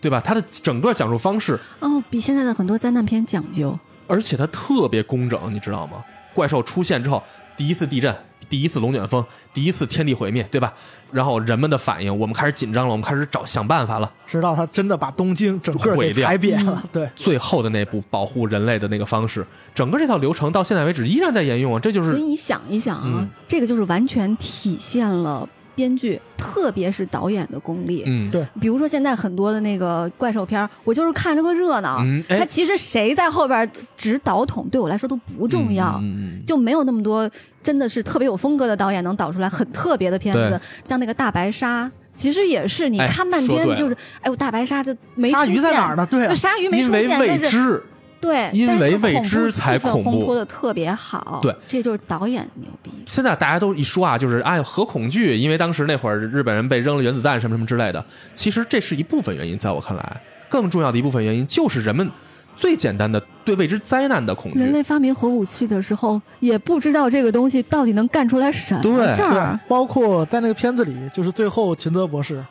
Speaker 2: 对吧？它的整个讲述方式，
Speaker 3: 哦，比现在的很多灾难片讲究。
Speaker 2: 而且它特别工整，你知道吗？怪兽出现之后，第一次地震，第一次龙卷风，第一次天地毁灭，对吧？然后人们的反应，我们开始紧张了，我们开始找想办法了。
Speaker 4: 直到它真的把东京整个
Speaker 2: 毁
Speaker 4: 给
Speaker 2: 掉
Speaker 4: 踩扁了。
Speaker 3: 嗯
Speaker 4: 对，
Speaker 2: 最后的那步保护人类的那个方式，整个这套流程到现在为止依然在沿用啊，这就
Speaker 3: 所以
Speaker 2: 是
Speaker 3: 你想一想啊，
Speaker 2: 嗯
Speaker 3: 这个就是完全体现了编剧，特别是导演的功力。
Speaker 2: 嗯
Speaker 4: 对
Speaker 3: 比如说现在很多的那个怪兽片儿，我就是看着个热闹。
Speaker 2: 嗯哎
Speaker 3: 它其实谁在后边指导筒，对我来说都不重要。
Speaker 2: 嗯嗯嗯
Speaker 3: 就没有那么多真的是特别有风格的导演能导出来很特别的片
Speaker 2: 对
Speaker 3: 子，像那个大白鲨，其实也是你
Speaker 2: 哎
Speaker 3: 看半
Speaker 2: 说
Speaker 3: 天
Speaker 2: 对了
Speaker 3: 就是，哎呦大白鲨这没
Speaker 4: 鲨
Speaker 3: 出
Speaker 4: 鱼在
Speaker 3: 现
Speaker 4: 哪儿呢？对啊
Speaker 3: 就，鲨鱼没
Speaker 2: 因
Speaker 3: 出
Speaker 2: 为
Speaker 3: 现，
Speaker 2: 未
Speaker 3: 但是
Speaker 2: 知，
Speaker 3: 对，
Speaker 2: 因
Speaker 3: 但是
Speaker 2: 为
Speaker 3: 它
Speaker 2: 未
Speaker 3: 恐怖
Speaker 2: 知
Speaker 3: 气
Speaker 2: 才
Speaker 3: 氛
Speaker 2: 恐
Speaker 3: 烘
Speaker 2: 怖
Speaker 3: 托的特别好，
Speaker 2: 对
Speaker 3: 这就是导演牛逼。
Speaker 2: 现在大家都一说啊，就是哎呦核恐惧，因为当时那会儿日本人被扔了原子弹什么什么之类的。其实这是一部分原因，在我看来，更重要的一部分原因就是人们最简单的对未知灾难的恐
Speaker 3: 人
Speaker 2: 惧。
Speaker 3: 类发明核武器的时候，也不知道这个东西到底能干出来什么
Speaker 2: 对
Speaker 3: 事儿。
Speaker 4: 啊包括在那个片子里，就是最后秦泽博士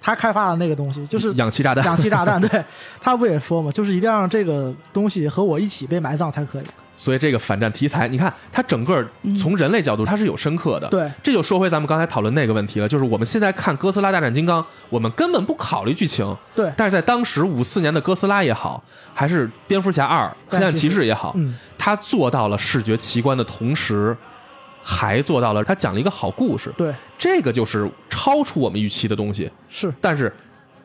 Speaker 4: 他开发的那个东西，就是
Speaker 2: 氧气炸弹， (laughs)
Speaker 4: 氧气炸弹，对他不也说嘛，就是一定要让这个东西和我一起被埋葬才可以。
Speaker 2: 所以这个反战题材，你看它整个
Speaker 3: 嗯
Speaker 2: 从人类角度它是有深刻的。
Speaker 4: 对
Speaker 2: 这就说回咱们刚才讨论那个问题了，就是我们现在看《哥斯拉大战金刚》，我们根本不考虑剧情，
Speaker 4: 对，
Speaker 2: 但是在当时五四年的《哥斯拉》也好，还是《蝙蝠侠二》《黑暗骑士》也好，
Speaker 4: 嗯，
Speaker 2: 它做到了视觉奇观的同时，还做到了它讲了一个好故事，
Speaker 4: 对，
Speaker 2: 这个就是超出我们预期的东西。
Speaker 4: 是
Speaker 2: 但是《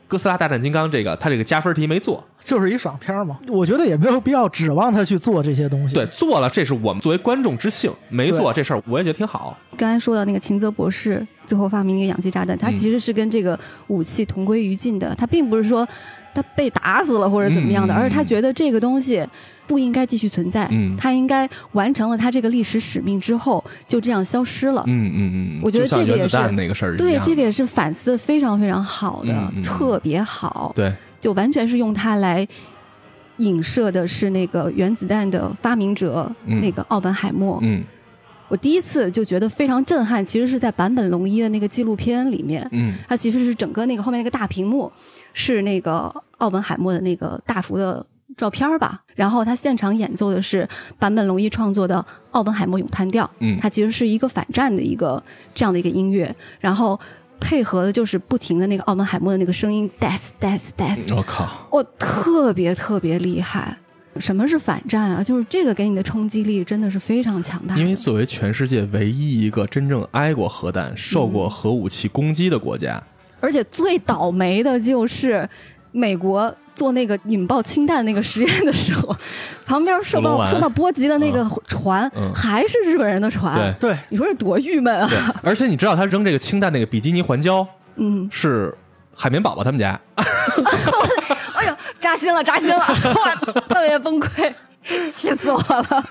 Speaker 2: 哥斯拉大战金刚》这个它这个加分题没做，
Speaker 4: 就是一爽片儿嘛。我觉得也没有必要指望他去做这些东西。
Speaker 2: 对，做了这是我们作为观众之幸，没做
Speaker 4: 对
Speaker 2: 这事儿我也觉得挺好。
Speaker 3: 刚才说到那个秦泽博士最后发明那个氧气炸弹，他
Speaker 2: 嗯
Speaker 3: 其实是跟这个武器同归于尽的，他并不是说他被打死了或者怎么样的，
Speaker 2: 嗯嗯嗯
Speaker 3: 而是他觉得这个东西不应该继续存在，
Speaker 2: 嗯
Speaker 3: 他应该完成了他这个历史使命之后就这样消失了。
Speaker 2: 嗯嗯嗯
Speaker 3: 我觉得
Speaker 2: 就像
Speaker 3: 这个
Speaker 2: 原
Speaker 3: 也
Speaker 2: 子
Speaker 3: 是
Speaker 2: 弹那个事儿一
Speaker 3: 对，
Speaker 2: 样
Speaker 3: 这个也是反思得非常非常好
Speaker 2: 嗯
Speaker 3: 的，
Speaker 2: 嗯嗯
Speaker 3: 特别好，
Speaker 2: 对
Speaker 3: 就完全是用它来影射的是那个原子弹的发明者、
Speaker 2: 嗯
Speaker 3: 那个奥本海默。
Speaker 2: 嗯
Speaker 3: 我第一次就觉得非常震撼，其实是在坂本龙一的那个纪录片里面，
Speaker 2: 嗯
Speaker 3: 它其实是整个那个后面那个大屏幕是那个奥本海默的那个大幅的照片儿吧，然后他现场演奏的是坂本龙一创作的《奥本海默咏叹调》，
Speaker 2: 嗯
Speaker 3: 它其实是一个反战的一个这样的一个音乐，然后配合的就是不停的那个奥本海默的那个声音，death death death，
Speaker 2: 我靠，
Speaker 3: 我、特别特别厉害。什么是反战啊？就是这个给你的冲击力真的是非常强大的。
Speaker 2: 因为作为全世界唯一一个真正挨过核弹、受过核武器攻击的国家，
Speaker 3: 而且最倒霉的就是美国做那个引爆氢弹那个实验的
Speaker 2: (laughs)
Speaker 3: 时候，旁边受
Speaker 2: 龙
Speaker 3: 到
Speaker 2: 丸
Speaker 3: 受到波及的那个船、
Speaker 2: 嗯
Speaker 3: 还是日本人的船，
Speaker 2: 对
Speaker 4: 对，
Speaker 3: 你说这多郁闷啊！
Speaker 2: 对，而且你知道他扔这个氢弹那个比基尼环礁
Speaker 3: 嗯，
Speaker 2: 是海绵宝宝他们家，
Speaker 3: 哎呦，扎心了，扎心
Speaker 2: (laughs)
Speaker 3: 了，哇，特别崩溃，气死我了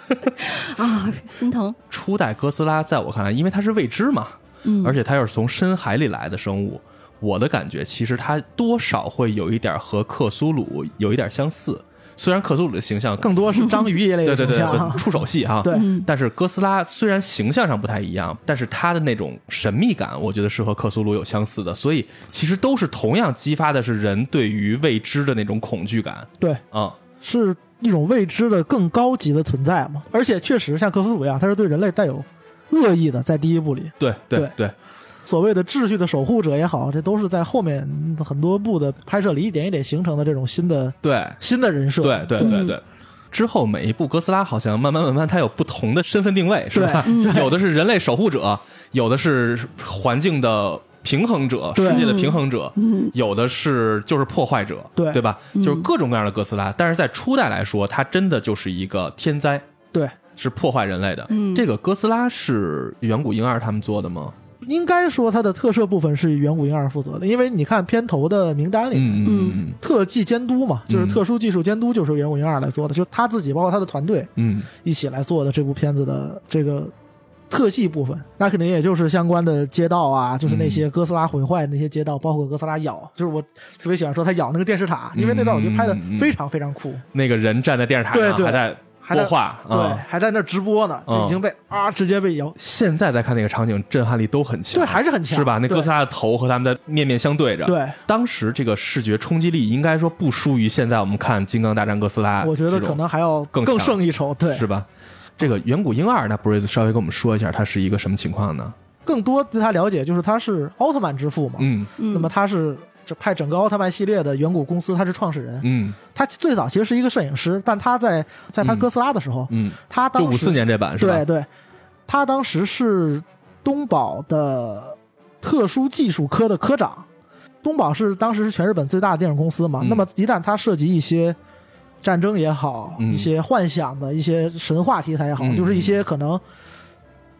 Speaker 3: 啊，心疼。
Speaker 2: 初代哥斯拉在我看来，因为它是未知嘛，
Speaker 3: 嗯，
Speaker 2: 而且它又是从深海里来的生物，我的感觉其实它多少会有一点和克苏鲁有一点相似，虽然克苏鲁的形象更
Speaker 4: 更多是章鱼一类
Speaker 2: 对
Speaker 4: 的
Speaker 2: 对
Speaker 4: 形
Speaker 2: 对
Speaker 4: 象
Speaker 2: 对
Speaker 4: 啊。
Speaker 2: 触手系哈，
Speaker 4: 对
Speaker 3: 嗯
Speaker 2: 但是哥斯拉虽然形象上不太一样，但是它的那种神秘感，我觉得是和克苏鲁有相似的，所以其实都是同样激发的是人对于未知的那种恐惧感
Speaker 4: 对，
Speaker 2: 啊、
Speaker 4: 是一种未知的更高级的存在嘛。而且确实像克斯鲁一样，它是对人类带有恶意的，在第一部里。
Speaker 2: 对对对，
Speaker 4: 所谓的秩序的守护者也好，这都是在后面很多部的拍摄里一点一点形成的这种新的
Speaker 2: 对
Speaker 4: 新的人设。
Speaker 2: 对对对对。之后每一部哥斯拉好像慢慢慢慢，它有不同的身份定位，是吧？
Speaker 4: 嗯
Speaker 2: 有的是人类守护者，有的是环境的平衡者，
Speaker 4: 对
Speaker 2: 世界的平衡者，
Speaker 3: 嗯
Speaker 2: 有的是就是破坏者，
Speaker 4: 对嗯
Speaker 2: 吧？就是各种各样的哥斯拉。但是在初代来说，它真的就是一个天灾，
Speaker 4: 对
Speaker 2: 是破坏人类的。
Speaker 3: 嗯
Speaker 2: 这个哥斯拉是远古婴儿他们做的吗？
Speaker 4: 应该说它的特摄部分是远古婴儿负责的，因为你看片头的名单里。
Speaker 2: 嗯嗯
Speaker 4: 特技监督嘛，就是
Speaker 2: 嗯
Speaker 4: 特殊技术监督，就是远古婴儿来做的，就是他自己包括他的团队
Speaker 2: 嗯
Speaker 4: 一起来做的这部片子的这个特技部分，那肯定也就是相关的街道啊，就是那
Speaker 2: 嗯
Speaker 4: 些哥斯拉毁坏的那些街道，包括哥斯拉咬，就是我特别喜欢说他咬那个电
Speaker 2: 嗯
Speaker 4: 视塔，因为那段我觉得拍的非常非常酷，
Speaker 2: 那个人站在电视塔上
Speaker 4: 对对
Speaker 2: 还在
Speaker 4: 还在
Speaker 2: 播话，
Speaker 4: 对，
Speaker 2: 啊
Speaker 4: 还在那直播呢，就已经被、啊直接被咬，
Speaker 2: 现在再看那个场景，震撼力都很强，
Speaker 4: 对，还是很强，
Speaker 2: 是吧？那
Speaker 4: 对
Speaker 2: 哥斯拉的头和他们的面面相对着，。
Speaker 4: 对，
Speaker 2: 当时这个视觉冲击力应该说不输于现在我们看《金刚大战哥斯啊拉》这种，
Speaker 4: 我觉得可能还要
Speaker 2: 更
Speaker 4: 更
Speaker 2: 强
Speaker 4: 胜一筹，对，
Speaker 2: 是吧？这个远古婴儿，那 Breeze 稍微跟我们说一下，它是一个什么情况呢？
Speaker 4: 更多对他了解就是他是奥特曼之父嘛，
Speaker 2: 嗯
Speaker 3: 嗯，
Speaker 4: 那么他是就派整个奥特曼系列的远古公司，他是创始人，
Speaker 2: 嗯
Speaker 4: 他最早其实是一个摄影师，但他在在拍
Speaker 2: 嗯
Speaker 4: 哥斯拉的时候，
Speaker 2: 嗯，
Speaker 4: 他当
Speaker 2: 就
Speaker 4: 时
Speaker 2: 五四年这版是吧？
Speaker 4: 对对，他当时是东宝的特殊技术科的科长。东宝是当时是全日本最大的电影公司嘛，
Speaker 2: 嗯
Speaker 4: 那么一旦它涉及一些战争也好，
Speaker 2: 嗯
Speaker 4: 一些幻想的一些神话题材也好，
Speaker 2: 嗯
Speaker 4: 就是一些可能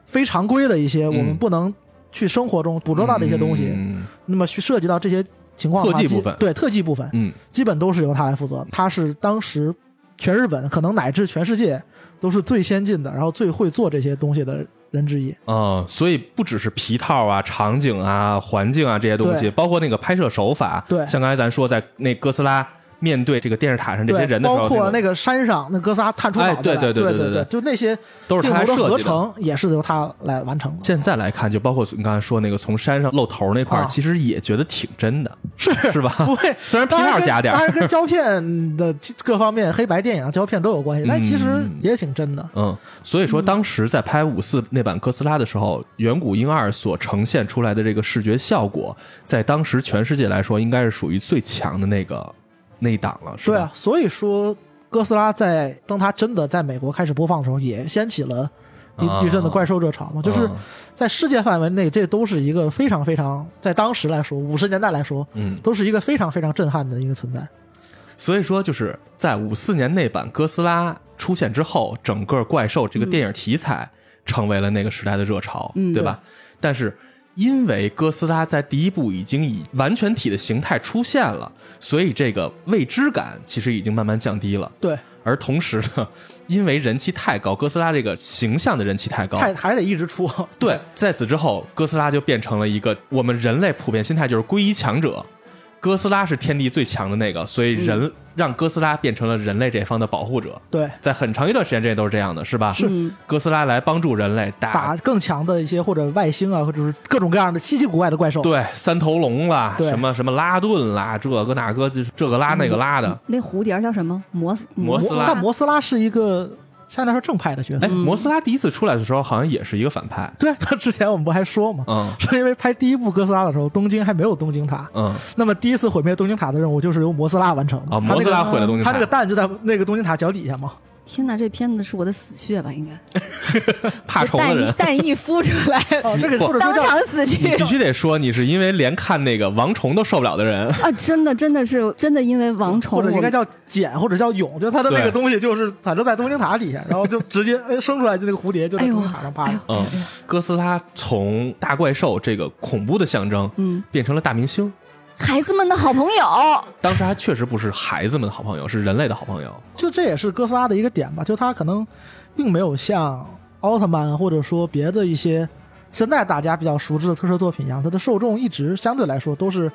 Speaker 4: 非常规的一些、我
Speaker 2: 嗯
Speaker 4: 们不能去生活中捕捉到的一些东西，
Speaker 2: 嗯
Speaker 4: 那么去涉及到这些情况的话
Speaker 2: 特技
Speaker 4: 基
Speaker 2: 部分
Speaker 4: 对特技部分，
Speaker 2: 嗯
Speaker 4: 基本都是由他来负责。他是当时全日本可能乃至全世界都是最先进的，然后最会做这些东西的人之一。
Speaker 2: 嗯，所以不只是皮套啊、场景啊、环境啊这些东西，
Speaker 4: 对
Speaker 2: 包括那个拍摄手法，
Speaker 4: 对
Speaker 2: 像刚才咱说在那哥斯拉面对这个电视塔上这些
Speaker 4: 对，
Speaker 2: 人的时候，
Speaker 4: 包括
Speaker 2: 那
Speaker 4: 那
Speaker 2: 种
Speaker 4: 个山上那哥仨探出脑袋
Speaker 2: 哎
Speaker 4: 来，
Speaker 2: 对对
Speaker 4: 对
Speaker 2: 对对
Speaker 4: 对
Speaker 2: 对
Speaker 4: 就那些
Speaker 2: 都是
Speaker 4: 镜
Speaker 2: 他来
Speaker 4: 头的
Speaker 2: 设
Speaker 4: 合
Speaker 2: 计的。
Speaker 4: 成也是由他来完成的。
Speaker 2: 现在来看，就包括你刚才说那个从山上露头那块儿，
Speaker 4: 啊
Speaker 2: 其实也觉得挺真的，是是吧？
Speaker 4: 不会，
Speaker 2: (laughs) (laughs) 虽然皮
Speaker 4: 当然
Speaker 2: 料
Speaker 4: 跟
Speaker 2: 加点儿
Speaker 4: 当然跟胶片的各方面、黑白电影、啊胶片都有关系，但其实
Speaker 2: 嗯
Speaker 4: 也挺真的。
Speaker 2: 嗯，所以说当时在拍五四那版哥斯拉的时候，远古婴二所呈现出来的这个视觉效果，在当时全世界来说，应该是属于最强的那个那一档了，是
Speaker 4: 对
Speaker 2: 吧？
Speaker 4: 啊，所以说哥斯拉在当它真的在美国开始播放的时候，也掀起了
Speaker 2: 啊
Speaker 4: 一一阵的怪兽热潮嘛，就是
Speaker 2: 啊
Speaker 4: 在世界范围内，这都是一个非常非常在当时来说，五十年代来说，
Speaker 2: 嗯，
Speaker 4: 都是一个非常非常震撼的一个存在。
Speaker 2: 所以说就是在五四年那版哥斯拉出现之后，整个怪兽这个电影题材成为了那个时代的热潮，
Speaker 3: 嗯
Speaker 2: 对吧？但是因为哥斯拉在第一部已经以完全体的形态出现了，所以这个未知感其实已经慢慢降低了。
Speaker 4: 对，
Speaker 2: 而同时呢，因为人气太高，哥斯拉这个形象的人气太高，
Speaker 4: 还还得一直出。 (laughs)
Speaker 2: 对，在此之后，哥斯拉就变成了一个我们人类普遍心态就是归一强者，哥斯拉是天地最强的那个，所以人、
Speaker 4: 嗯
Speaker 2: 让哥斯拉变成了人类这方的保护者，
Speaker 4: 对，
Speaker 2: 在很长一段时间之内都是这样的，是吧？是
Speaker 3: 嗯
Speaker 2: 哥斯拉来帮助人类打
Speaker 4: 打更强的一些或者外星啊，或者是各种各样的稀奇古怪的怪兽。
Speaker 2: 对三头龙啦，
Speaker 4: 对
Speaker 2: 什么什么拉顿啦，这个那个就是这个拉那个拉
Speaker 4: 嗯
Speaker 2: 的。
Speaker 3: 那蝴蝶叫什么？摩斯
Speaker 2: 摩斯拉
Speaker 4: 但摩斯拉是一个相对来说正派的角色
Speaker 2: 哎，。摩斯拉第一次出来的时候，好像也是一个反派。
Speaker 4: 对，他之前我们不还说嘛，
Speaker 2: 嗯
Speaker 4: 是因为拍第一部哥斯拉的时候，东京还没有东京塔。
Speaker 2: 嗯，
Speaker 4: 那么第一次毁灭东京塔的任务就是由摩斯拉完成的。
Speaker 2: 啊，
Speaker 4: 他那
Speaker 2: 摩
Speaker 4: 个
Speaker 2: 斯拉毁了东京塔，
Speaker 4: 他那个蛋就在那个东京塔脚底下嘛。
Speaker 3: 天哪，这片子是我的死穴吧？应该
Speaker 2: 怕
Speaker 3: 这
Speaker 2: 虫的
Speaker 3: 蛋一 (laughs)
Speaker 2: 人。
Speaker 3: 蛋一孵出来，
Speaker 4: 哦，那
Speaker 2: (laughs)
Speaker 4: 个
Speaker 2: 不
Speaker 4: 或者说
Speaker 3: 当
Speaker 4: 叫
Speaker 3: 场死去
Speaker 2: 你。必须得说，你是因为连看那个王虫都受不了的人，
Speaker 3: 啊，真的，真的是真的，因为王虫，
Speaker 4: 或者应该
Speaker 3: 我
Speaker 4: 叫茧，或者叫蛹，就它的那
Speaker 2: 对
Speaker 4: 个东西就是反正在东京塔底下，然后就直接哎生出来就那个蝴蝶就在
Speaker 3: 哎呦
Speaker 4: 东京塔上趴
Speaker 3: 哎
Speaker 4: 着
Speaker 3: 呦。，
Speaker 2: 嗯，哥斯拉从大怪兽这个恐怖的象征，
Speaker 3: 嗯，
Speaker 2: 变成了大明星。
Speaker 3: 孩子们的好朋友，
Speaker 2: 当时他确实不是孩子们的好朋友，是人类的好朋友。
Speaker 4: 就这也是哥斯拉的一个点吧，就它可能并没有像奥特曼或者说别的一些现在大家比较熟知的特摄作品一样，它的受众一直相对来说都是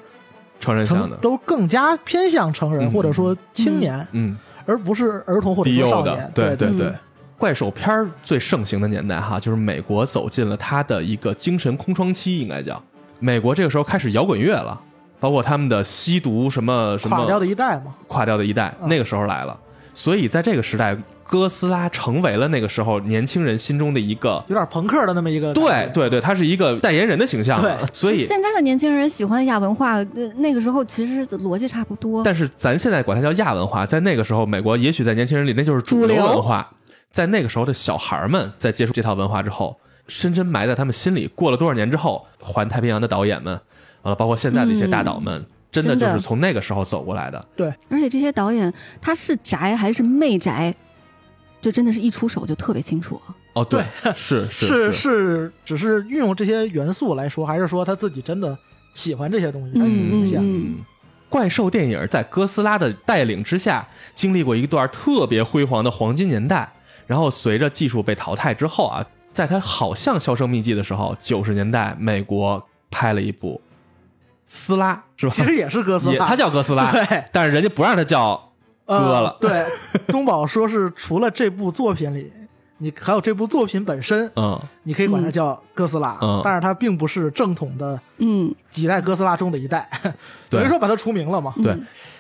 Speaker 2: 成人向
Speaker 4: 成
Speaker 2: 的，
Speaker 4: 都更加偏向成人、
Speaker 2: 嗯
Speaker 4: 或者说青年，
Speaker 2: 嗯，
Speaker 4: 而不是儿童或者
Speaker 2: 低
Speaker 4: 说
Speaker 2: 幼
Speaker 4: 少
Speaker 2: 的
Speaker 4: 年。，
Speaker 2: 对
Speaker 4: 对
Speaker 2: 对。
Speaker 3: 嗯
Speaker 2: 怪兽片儿最盛行的年代哈，就是美国走进了它的一个精神空窗期，应该叫美国这个时候开始摇滚乐了，包括他们的吸毒什么什么
Speaker 4: 垮掉的一代嘛，
Speaker 2: 垮掉的一代，
Speaker 4: 嗯
Speaker 2: 那个时候来了。所以在这个时代，哥斯拉成为了那个时候年轻人心中的一个，
Speaker 4: 有点朋克的那么一个
Speaker 2: 对
Speaker 4: 感觉
Speaker 2: 对对，他是一个代言人的形象了。
Speaker 4: 对
Speaker 2: 所以
Speaker 3: 现在的年轻人喜欢亚文化，呃那个时候其实逻辑差不多。
Speaker 2: 但是咱现在管它叫亚文化，在那个时候，美国也许在年轻人里那就是主流文化。在那个时候的小孩儿们，在接触这套文化之后，深深埋在他们心里。过了多少年之后，环太平洋的导演们，完了，包括现在的一些大导们，真的就
Speaker 3: 真
Speaker 2: 是
Speaker 3: 的
Speaker 2: 从那个时候走过来的。
Speaker 4: 对，
Speaker 3: 而且这些导演他是宅还是媚宅，就真的是一出手就特别清楚。
Speaker 2: 哦，对，是是是，
Speaker 4: (laughs) 是是，只是运用这些元素来说，还是说他自己真的喜欢这些东西？
Speaker 3: 嗯
Speaker 4: 嗯
Speaker 3: 嗯
Speaker 2: 怪兽电影在哥斯拉的带领之下，经历过一段特别辉煌的黄金年代。然后随着技术被淘汰之后啊，在它好像销声匿迹的时候，九十年代美国拍了一部《斯拉》，是吧？
Speaker 4: 其实也是哥斯
Speaker 2: 也
Speaker 4: 拉，
Speaker 2: 它叫哥斯拉，
Speaker 4: 对
Speaker 2: 但是人家不让它叫
Speaker 4: 呃
Speaker 2: 哥了
Speaker 4: 对，东宝说是除了这部作品里，你还有这部作品本身，
Speaker 2: 嗯
Speaker 4: 你可以管它叫哥斯拉，
Speaker 2: 嗯
Speaker 4: 但是它并不是正统的
Speaker 3: 嗯，
Speaker 4: 几代哥斯拉中的一代，
Speaker 2: (laughs) 对嗯
Speaker 4: 等于说把它除名了嘛。
Speaker 3: 嗯
Speaker 2: 对，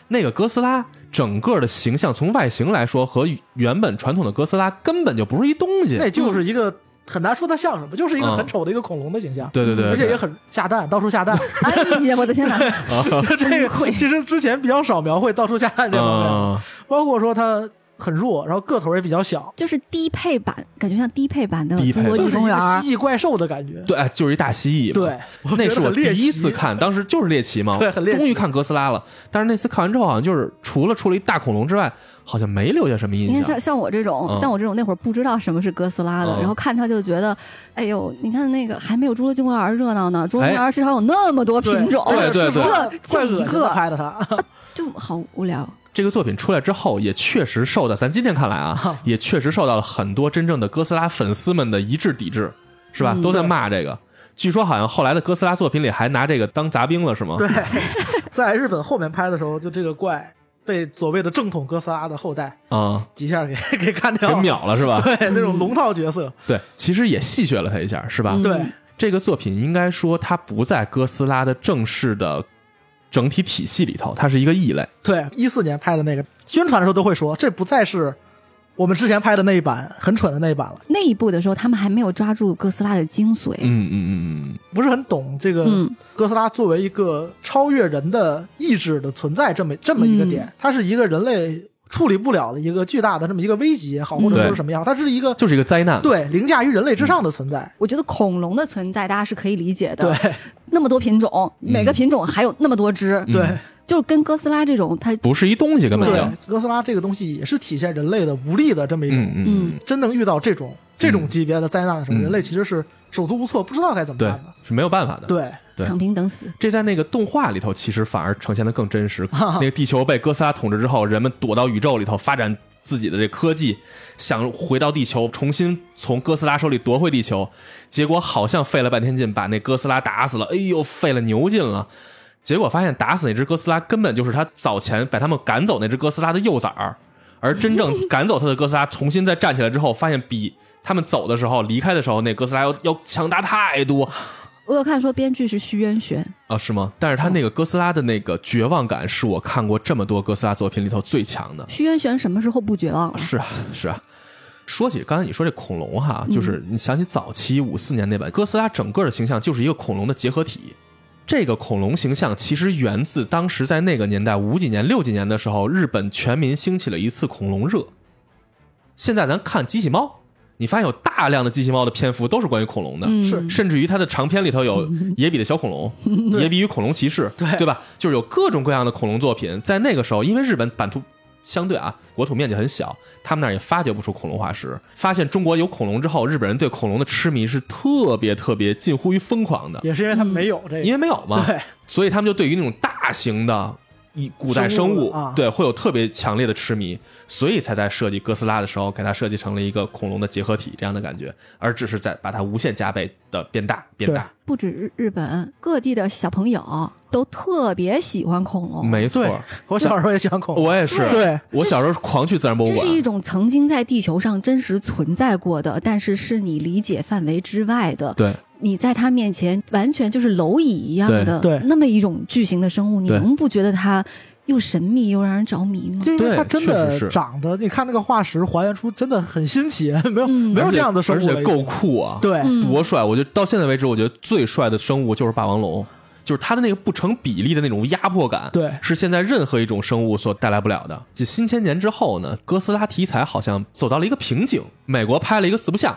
Speaker 2: 那个哥斯拉整个的形象，从外形来说和原本传统的哥斯拉根本就不是一东西。
Speaker 4: 那就是一个很难说它像什么，就是一个
Speaker 2: 嗯
Speaker 4: 很丑的一个恐龙的形象，
Speaker 2: 对对对，
Speaker 4: 而且
Speaker 2: 对
Speaker 4: 也很下蛋，到处
Speaker 2: (laughs)
Speaker 4: 下蛋。
Speaker 3: 哎呀，我的天哪！
Speaker 4: 这个其实之前比较少描绘到处下蛋这方面，
Speaker 2: 嗯
Speaker 4: 包括说它很弱，然后个头也比较小，
Speaker 3: 就是低配版，感觉像低配版的
Speaker 2: 低配
Speaker 3: 中国
Speaker 2: 版
Speaker 4: 就
Speaker 3: 地
Speaker 4: 是
Speaker 3: 公
Speaker 4: 一
Speaker 3: 园
Speaker 4: 个
Speaker 3: 儿
Speaker 4: 蜥。蜴怪兽的感觉。
Speaker 2: (laughs) 对，哎就是一大蜥蜴嘛。
Speaker 4: 对，
Speaker 2: 那是我
Speaker 4: 很猎
Speaker 2: 第一
Speaker 4: 奇
Speaker 2: 次看，当时就是猎奇嘛，
Speaker 4: 对很猎奇
Speaker 2: 终于看哥斯拉了。但是那次看完之后，好像就是除了出了一大恐龙之外，好像没留下什么
Speaker 3: 因
Speaker 2: 印
Speaker 3: 为
Speaker 2: 象
Speaker 3: 像。像我这种，
Speaker 2: 嗯
Speaker 3: 像我这种那会儿不知道什么是哥斯拉的，
Speaker 2: 嗯
Speaker 3: 然后看他就觉得，哎呦，你看那个还没有侏罗纪公园热闹呢，侏罗纪公园至少有那么多品种，
Speaker 2: 哎对对对
Speaker 3: 这
Speaker 4: 怪
Speaker 3: 就
Speaker 4: 恶
Speaker 3: 一
Speaker 4: 心的
Speaker 3: 个，
Speaker 4: 拍
Speaker 2: (laughs)
Speaker 4: 的他，
Speaker 3: 就好无聊。
Speaker 2: 这个作品出来之后，也确实受到咱今天看来啊，也确实受到了很多真正的哥斯拉粉丝们的一致抵制，是吧？
Speaker 3: 嗯
Speaker 2: 都在骂这个。据说好像后来的哥斯拉作品里还拿这个当杂兵了，是吗？
Speaker 4: 对，在日本后面拍的时候，就这个怪被所谓的正统哥斯拉的后代
Speaker 2: 啊，
Speaker 4: 几下给给干
Speaker 2: 给
Speaker 4: 掉了，
Speaker 2: 秒了是吧？
Speaker 4: (laughs) 对那种龙套角色，
Speaker 2: 对，其实也戏谑了他一下，是吧？
Speaker 3: 嗯
Speaker 4: 对，
Speaker 2: 这个作品应该说它不在哥斯拉的正式的整体体系里头，它是一个异类。
Speaker 4: 对，一四年拍的那个宣传的时候都会说，这不再是我们之前拍的那一版很蠢的那一版了，
Speaker 3: 那一部的时候，他们还没有抓住哥斯拉的精髓。
Speaker 2: 嗯嗯嗯
Speaker 4: 不是很懂这个
Speaker 3: 嗯
Speaker 4: 哥斯拉作为一个超越人的意志的存在这么这么一个点，它是一个人类处理不了的一个巨大的这么一个危机也好，或者说
Speaker 2: 对
Speaker 4: 是什么样，它是一个
Speaker 2: 嗯，就是一个灾难。
Speaker 4: 对凌驾于人类之上的存在。
Speaker 3: 我觉得恐龙的存在大家是可以理解的，
Speaker 4: 嗯对，
Speaker 3: 那么多品种，每个品种还有那么多只，
Speaker 2: 嗯
Speaker 4: 对
Speaker 3: 就是跟哥斯拉这种，它
Speaker 2: 不是一东西，根本就。嗯
Speaker 4: 对，哥斯拉这个东西也是体现人类的无力的这么一种。
Speaker 2: 嗯嗯嗯，
Speaker 4: 真正遇到这种这种级别的灾难的时候，
Speaker 2: 嗯
Speaker 4: 人类其实是手足无措，不知道该怎么
Speaker 2: 对
Speaker 4: 办的。，
Speaker 2: 是没有办法的。，
Speaker 4: 对，
Speaker 2: 对
Speaker 3: 躺平等死。
Speaker 2: 这在那个动画里头，其实反而呈现的更真实。那个地球被哥斯拉统治之后，人们躲到宇宙里头发展自己的这科技，想回到地球，重新从哥斯拉手里夺回地球，结果好像费了半天劲把那哥斯拉打死了，哎呦，费了牛劲了。结果发现打死那只哥斯拉根本就是他早前把他们赶走那只哥斯拉的幼崽儿，而真正赶走他的哥斯拉重新再站起来之后，发现比他们走的时候离开的时候那哥斯拉要要强大太多。
Speaker 3: 我有看说编剧是徐渊玄，
Speaker 2: 啊，是吗？但是他那个哥斯拉的那个绝望感，是我看过这么多哥斯拉作品里头最强的。
Speaker 3: 徐渊玄什么时候不绝望了？
Speaker 2: 是啊，是啊。说起刚才你说这恐龙哈，就是你想起早期五四年那版哥斯拉，整个的形象就是一个恐龙的结合体。这个恐龙形象其实源自当时在那个年代五几年、六几年的时候，日本全民兴起了一次恐龙热。现在咱看机器猫，你发现有大量的机器猫的篇幅都是关于恐龙的，
Speaker 3: 嗯，
Speaker 4: 是
Speaker 2: 甚至于它的长篇里头有野比的小恐
Speaker 4: (laughs)
Speaker 2: 龙、野比与恐龙骑士，
Speaker 4: 嗯对
Speaker 2: 对吧？就是有各种各样的恐龙作品。在那个时候，因为日本版图相对啊国土面积很小，他们那儿也发掘不出恐龙化石。发现中国有恐龙之后，日本人对恐龙的痴迷是特别特别近乎于疯狂的，
Speaker 4: 也是因为他们没有这个，
Speaker 2: 因为没有嘛，
Speaker 4: 对
Speaker 2: 所以他们就对于那种大型的。以古代生
Speaker 4: 生
Speaker 2: 物
Speaker 4: 物啊
Speaker 2: 对会有特别强烈的痴迷，所以才在设计哥斯拉的时候给它设计成了一个恐龙的结合体这样的感觉，而只是在把它无限加倍的变大变大。
Speaker 3: 不止日日本，各地的小朋友都特别喜欢恐龙，
Speaker 2: 没错，
Speaker 4: 对，我小时候也喜欢恐龙，
Speaker 2: 我也是。
Speaker 4: 对，
Speaker 2: 我小时候狂去自然博物
Speaker 3: 这是
Speaker 2: 馆。
Speaker 3: 一种曾经在地球上真实存在过的，但是是你理解范围之外的。
Speaker 2: 对，
Speaker 3: 你在它面前完全就是蝼蚁一样的
Speaker 4: 对对
Speaker 3: 那么一种巨型的生物，你
Speaker 2: 对
Speaker 3: 能不觉得它又神秘又让人着迷吗？
Speaker 4: 就因为
Speaker 2: 对
Speaker 4: 它真
Speaker 2: 确实是
Speaker 4: 的长得，你看那个化石还原出真的很新奇， (laughs) 没有
Speaker 3: 嗯
Speaker 4: 没有这样的生
Speaker 2: 而
Speaker 4: 物
Speaker 2: 且
Speaker 4: 了已经
Speaker 2: 够酷啊！，
Speaker 4: 对，
Speaker 3: 嗯
Speaker 2: 多帅！我觉得到现在为止，我觉得最帅的生物就是霸王龙，就是它的那个不成比例的那种压迫感，
Speaker 4: 对
Speaker 2: 是现在任何一种生物所带来不了的。就新千年之后呢，哥斯拉题材好像走到了一个瓶颈。美国拍了一个四不像，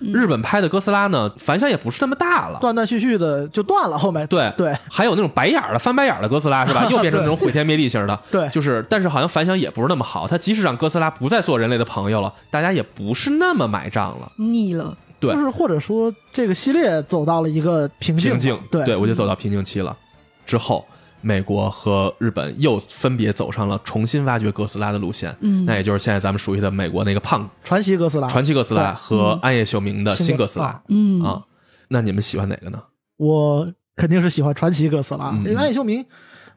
Speaker 4: 嗯
Speaker 2: 日本拍的哥斯拉呢反响也不是那么大了。
Speaker 4: 断断续续的就断了，后面
Speaker 2: 对
Speaker 4: 对，
Speaker 2: 还有那种白眼儿的翻白眼儿的哥斯拉是
Speaker 4: (laughs)
Speaker 2: 吧？又变成那种毁天灭地型的，
Speaker 4: 对
Speaker 2: 就是，但是好像反响也不是那么好。他即使让哥斯拉不再做人类的朋友了，大家也不是那么买账了。
Speaker 3: 腻了，
Speaker 2: 对
Speaker 4: 就是或者说这个系列走到了一个瓶
Speaker 2: 瓶
Speaker 4: 颈吧，
Speaker 2: 颈，
Speaker 4: 对嗯
Speaker 2: 我就走到瓶颈期了。之后，美国和日本又分别走上了重新挖掘哥斯拉的路线，
Speaker 3: 嗯
Speaker 2: 那也就是现在咱们熟悉的美国那个胖
Speaker 4: 传奇哥斯拉，
Speaker 2: 传奇哥斯拉
Speaker 4: 啊对嗯
Speaker 2: 和暗夜秀明的新哥斯拉
Speaker 4: 啊
Speaker 3: 嗯
Speaker 2: 啊。那你们喜欢哪个呢？
Speaker 4: 我肯定是喜欢传奇哥斯拉，
Speaker 2: 嗯
Speaker 4: 因为安野秀明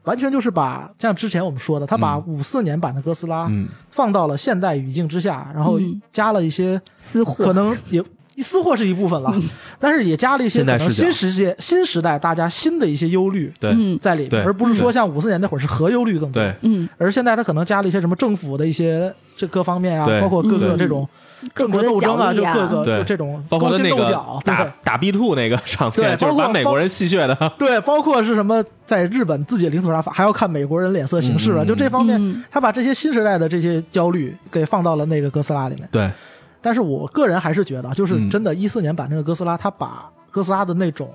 Speaker 4: 完全就是把像之前我们说的，他把
Speaker 2: 嗯
Speaker 4: 五四年版的哥斯拉
Speaker 2: 嗯
Speaker 4: 放到了现代语境之下，然后
Speaker 3: 嗯
Speaker 4: 加了一些
Speaker 3: 私货嗯
Speaker 4: 可能也。私货是一部分了，但是也加了一些
Speaker 2: 现
Speaker 4: 可
Speaker 2: 代
Speaker 4: 能
Speaker 2: 视角
Speaker 4: 新世界、新时代大家新的一些忧虑
Speaker 2: 对
Speaker 3: 嗯
Speaker 4: 在里
Speaker 2: 对
Speaker 4: 面，而不是
Speaker 2: 对
Speaker 4: 说像五四年那会儿是核忧虑更多。
Speaker 2: 对，
Speaker 3: 嗯，
Speaker 4: 而现在他可能加了一些什么政府的一些这各方面啊
Speaker 2: 对，
Speaker 4: 包括各个
Speaker 3: 嗯
Speaker 4: 这种
Speaker 3: 各
Speaker 4: 政治
Speaker 3: 国的
Speaker 4: 斗争
Speaker 3: 角
Speaker 4: 啊，
Speaker 3: 力
Speaker 4: 就
Speaker 3: 啊，
Speaker 4: 各个
Speaker 2: 对
Speaker 4: 就这种
Speaker 2: 包括
Speaker 4: 勾
Speaker 2: 他那
Speaker 4: 心斗
Speaker 2: 个
Speaker 4: 角，对
Speaker 2: 打打 B two 那个场面，
Speaker 4: 对
Speaker 2: 就是
Speaker 4: 包括
Speaker 2: 把美国人戏谑的。
Speaker 4: 对，包括是什么在日本自己的领土上还要看美国人脸色行事啊，
Speaker 2: 嗯
Speaker 4: 就这方面，
Speaker 3: 嗯
Speaker 4: 他把这些新时代的这些焦虑给放到了那个哥斯拉里面。
Speaker 2: 对，
Speaker 4: 但是我个人还是觉得，就是
Speaker 2: 嗯
Speaker 4: 真的，一四年版那个哥斯拉，他把哥斯拉的那种。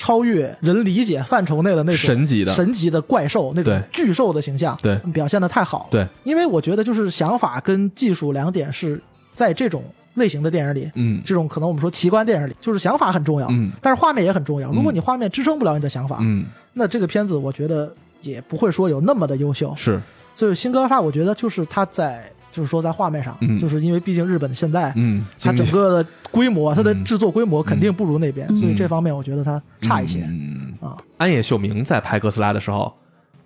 Speaker 4: 超越人理解范畴内的那种
Speaker 2: 神级的
Speaker 4: 神级的怪兽，那种
Speaker 2: 对
Speaker 4: 巨兽的形象，
Speaker 2: 对
Speaker 4: 表现的太好了。
Speaker 2: 对，
Speaker 4: 因为我觉得就是想法跟技术两点是在这种类型的电影里，
Speaker 2: 嗯
Speaker 4: 这种可能我们说奇观电影里，就是想法很重要，
Speaker 2: 嗯
Speaker 4: 但是画面也很重要。
Speaker 2: 嗯
Speaker 4: 如果你画面支撑不了你的想法，
Speaker 2: 嗯，
Speaker 4: 那这个片子我觉得也不会说有那么的优秀。
Speaker 2: 是，
Speaker 4: 所以新哥萨，我觉得就是他在就是说在画面上，
Speaker 2: 嗯
Speaker 4: 就是因为毕竟日本现在、
Speaker 2: 嗯，
Speaker 4: 它
Speaker 2: 经济
Speaker 4: 整个的规模，它的
Speaker 2: 嗯
Speaker 4: 制作规模肯定不如那边，所以
Speaker 2: 嗯
Speaker 4: 这方面我觉得它差一些。
Speaker 2: 嗯
Speaker 4: 啊。
Speaker 2: 安野秀明在拍哥斯拉的时候，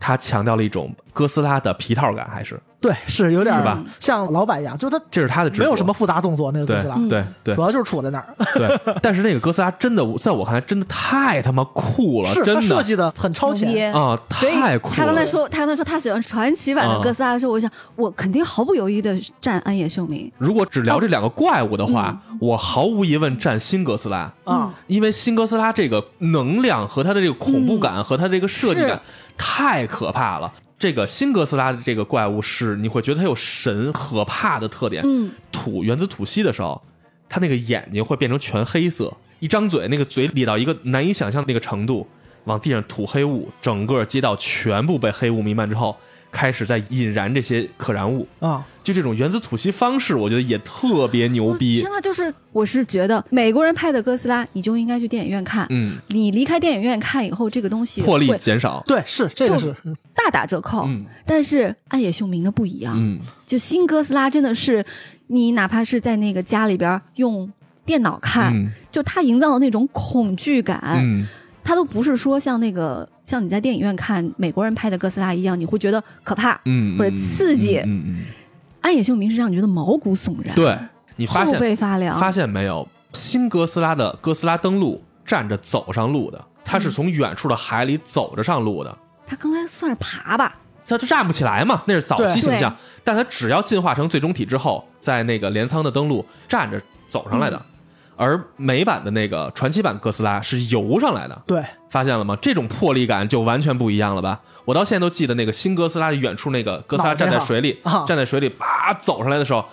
Speaker 2: 他强调了一种哥斯拉的皮套感，还是
Speaker 4: 对，是有点
Speaker 3: 是吧
Speaker 4: 像老板一样，就是他
Speaker 2: 这是他的执着
Speaker 4: 没有什么复杂动作，那个哥斯拉
Speaker 3: 嗯
Speaker 2: 对对
Speaker 4: 主要就是杵在那儿，
Speaker 2: 对。 (laughs) 但是那个哥斯拉真的，在我看来真的太他妈酷了，
Speaker 4: (laughs) 是他
Speaker 2: 真
Speaker 4: 设
Speaker 2: 的
Speaker 4: 计的很超
Speaker 3: 牛
Speaker 4: 前，
Speaker 3: 逼
Speaker 2: 啊，
Speaker 3: 所以
Speaker 2: 太酷了。
Speaker 3: 他刚才说，他刚才说他喜欢传奇版的
Speaker 2: 啊
Speaker 3: 哥斯拉的时候，我想我肯定毫不犹豫的站安野秀明。
Speaker 2: 如果只聊这两个怪物的话，
Speaker 4: 嗯
Speaker 2: 我毫无疑问站新哥斯拉
Speaker 4: 啊，
Speaker 2: 因为新哥斯拉这个能量和它的这个恐怖
Speaker 4: 嗯
Speaker 2: 感和它这个设计感太可怕了。这个新哥斯拉的这个怪物是，你会觉得它有神可怕的特点。
Speaker 3: 嗯，
Speaker 2: 吐原子吐息的时候，它那个眼睛会变成全黑色，一张嘴那个嘴咧到一个难以想象的那个程度，往地上吐黑雾，整个街道全部被黑雾弥漫之后，开始在引燃这些可燃物。
Speaker 4: 啊，
Speaker 2: 就这种原子吐息方式，我觉得也特别牛
Speaker 3: 我
Speaker 2: 逼
Speaker 3: 天。呐，就是我是觉得美国人拍的哥斯拉，你就应该去电影院看。
Speaker 2: 嗯，
Speaker 3: 你离开电影院看以后，这个东西
Speaker 2: 魄力
Speaker 3: 会
Speaker 2: 减少。
Speaker 4: 对，是这个
Speaker 3: 就是
Speaker 4: 嗯
Speaker 3: 大打折扣。
Speaker 2: 嗯
Speaker 3: 但是暗野秀明的不一样，
Speaker 2: 嗯，
Speaker 3: 就新哥斯拉真的是，你哪怕是在那个家里边用电脑看，
Speaker 2: 嗯
Speaker 3: 就他营造的那种恐惧感，
Speaker 2: 嗯，
Speaker 3: 他都不是说像那个像你在电影院看美国人拍的哥斯拉一样，你会觉得可怕。
Speaker 2: 嗯，
Speaker 3: 或者刺激
Speaker 2: 嗯嗯，
Speaker 3: 暗野秀明是让你觉得毛骨悚然，，
Speaker 2: 对你发
Speaker 3: 后
Speaker 2: 现
Speaker 3: 背发凉，
Speaker 2: 发现没有？新哥斯拉的哥斯拉登陆站着走上路的，它是从远处的海里走着上路的，
Speaker 3: 他刚才算是爬吧，
Speaker 2: 它它站不起来嘛，那是早期
Speaker 4: 对
Speaker 2: 形象。但它只要进化成最终体之后，在那个镰仓的登陆站着走上来的，而美版的那个传奇版哥斯拉是游上来的，
Speaker 4: 对，
Speaker 2: 发现了吗？这种魄力感就完全不一样了吧？我到现在都记得那个新哥斯拉远处那个哥斯拉
Speaker 4: 脑袋
Speaker 2: 站在
Speaker 4: 哈
Speaker 2: 水
Speaker 3: (laughs)
Speaker 2: 里，
Speaker 4: 啊
Speaker 2: 站在水里啪走上来的时候，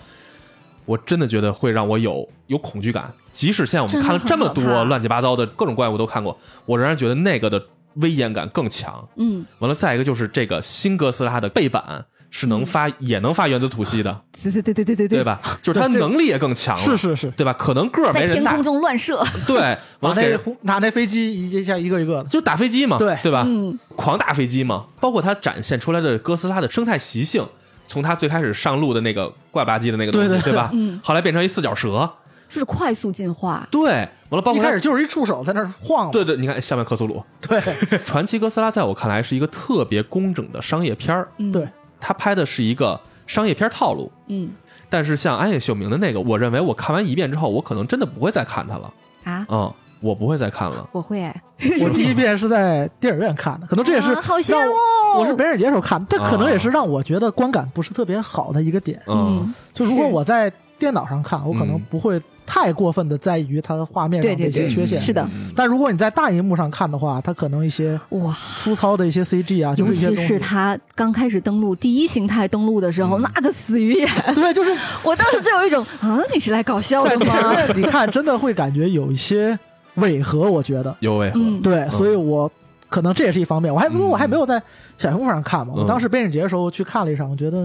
Speaker 2: 我真的觉得会让我有有恐惧感。即使现在我们
Speaker 3: 真的
Speaker 2: 看了这么
Speaker 3: 很可
Speaker 2: 多
Speaker 3: 怕
Speaker 2: 乱七八糟的各种怪物都看过，我仍然觉得那个的威严感更强。
Speaker 3: 嗯，
Speaker 2: 完了，再一个就是这个新哥斯拉的背板是能发、也能发原子吐息的，
Speaker 3: 对对对对对嗯 (laughs) 对
Speaker 2: 对？吧？就是它
Speaker 4: 对这
Speaker 2: 能力也更强了，
Speaker 4: 是是是，
Speaker 2: 对吧？可能个儿没
Speaker 3: 在
Speaker 2: 人
Speaker 3: 天
Speaker 2: 大
Speaker 3: 空，中乱射， (laughs)
Speaker 2: 对，
Speaker 4: 拿
Speaker 2: 完了给
Speaker 4: 那
Speaker 2: 人
Speaker 4: 红拿那飞机一下一个一个的，
Speaker 2: 就打飞机嘛，
Speaker 4: 对
Speaker 2: 对吧？
Speaker 3: 嗯，
Speaker 2: 狂打飞机嘛，包括它展现出来的哥斯拉的生态习性，从它最开始上路的那个怪吧唧的那个东西，
Speaker 4: 对对
Speaker 2: 吧？
Speaker 3: 嗯
Speaker 2: 后来变成一四脚蛇，
Speaker 3: 是快速进化，
Speaker 2: 对，完了，包
Speaker 4: 一
Speaker 2: 括
Speaker 4: 开
Speaker 2: 它
Speaker 4: 始就是一触手在那儿晃，
Speaker 2: 对对，你看下面克苏鲁
Speaker 4: 对
Speaker 2: (laughs) 传奇哥斯拉，在我看来是一个特别工整的商业片儿，
Speaker 3: 嗯，
Speaker 4: 对，
Speaker 2: 它拍的是一个商业片套路。
Speaker 3: 嗯
Speaker 2: 但是像安野秀明的那个，我认为我看完一遍之后，我可能真的不会再看它了，
Speaker 3: 啊，
Speaker 2: 嗯，我不会再看了。
Speaker 3: 我会哎，
Speaker 4: 我第一遍是在电影院看的，可能这也是
Speaker 3: 啊好羡
Speaker 4: 让
Speaker 3: 慕
Speaker 4: 我是北影节时候看，这可能
Speaker 2: 啊
Speaker 4: 也是让我觉得观感不是特别好的一个点。
Speaker 2: 嗯，
Speaker 4: 就如果
Speaker 3: 是
Speaker 4: 我在电脑上看，我可能
Speaker 2: 嗯
Speaker 4: 不会太过分的在意于它的画面
Speaker 3: 对
Speaker 4: 上的
Speaker 3: 对
Speaker 4: 一些
Speaker 3: 对
Speaker 4: 缺陷。
Speaker 3: 是的
Speaker 2: 嗯
Speaker 4: 但如果你在大荧幕上看的话，它可能一些
Speaker 3: 嗯哇。
Speaker 4: 粗糙的一些 CG 啊，就
Speaker 3: 尤
Speaker 4: 是一些
Speaker 3: 其
Speaker 4: 东西
Speaker 3: 是，他刚开始登陆第一形态登陆的时候，
Speaker 2: 嗯
Speaker 3: 那个死鱼眼， (laughs)
Speaker 4: 对，就是
Speaker 3: 我当时就有一种啊，你是来搞笑
Speaker 4: 在
Speaker 3: 的
Speaker 4: 电影
Speaker 3: 吗？
Speaker 4: 院你看，真的会感觉有一些违和，我觉得。
Speaker 2: 有违和，
Speaker 3: 嗯
Speaker 4: 对，所以我可能这也是一方面。我还不过
Speaker 2: 嗯
Speaker 4: 我还没有在小荧幕上看嘛，
Speaker 2: 嗯
Speaker 4: 我当时北影节的时候去看了一场，我觉得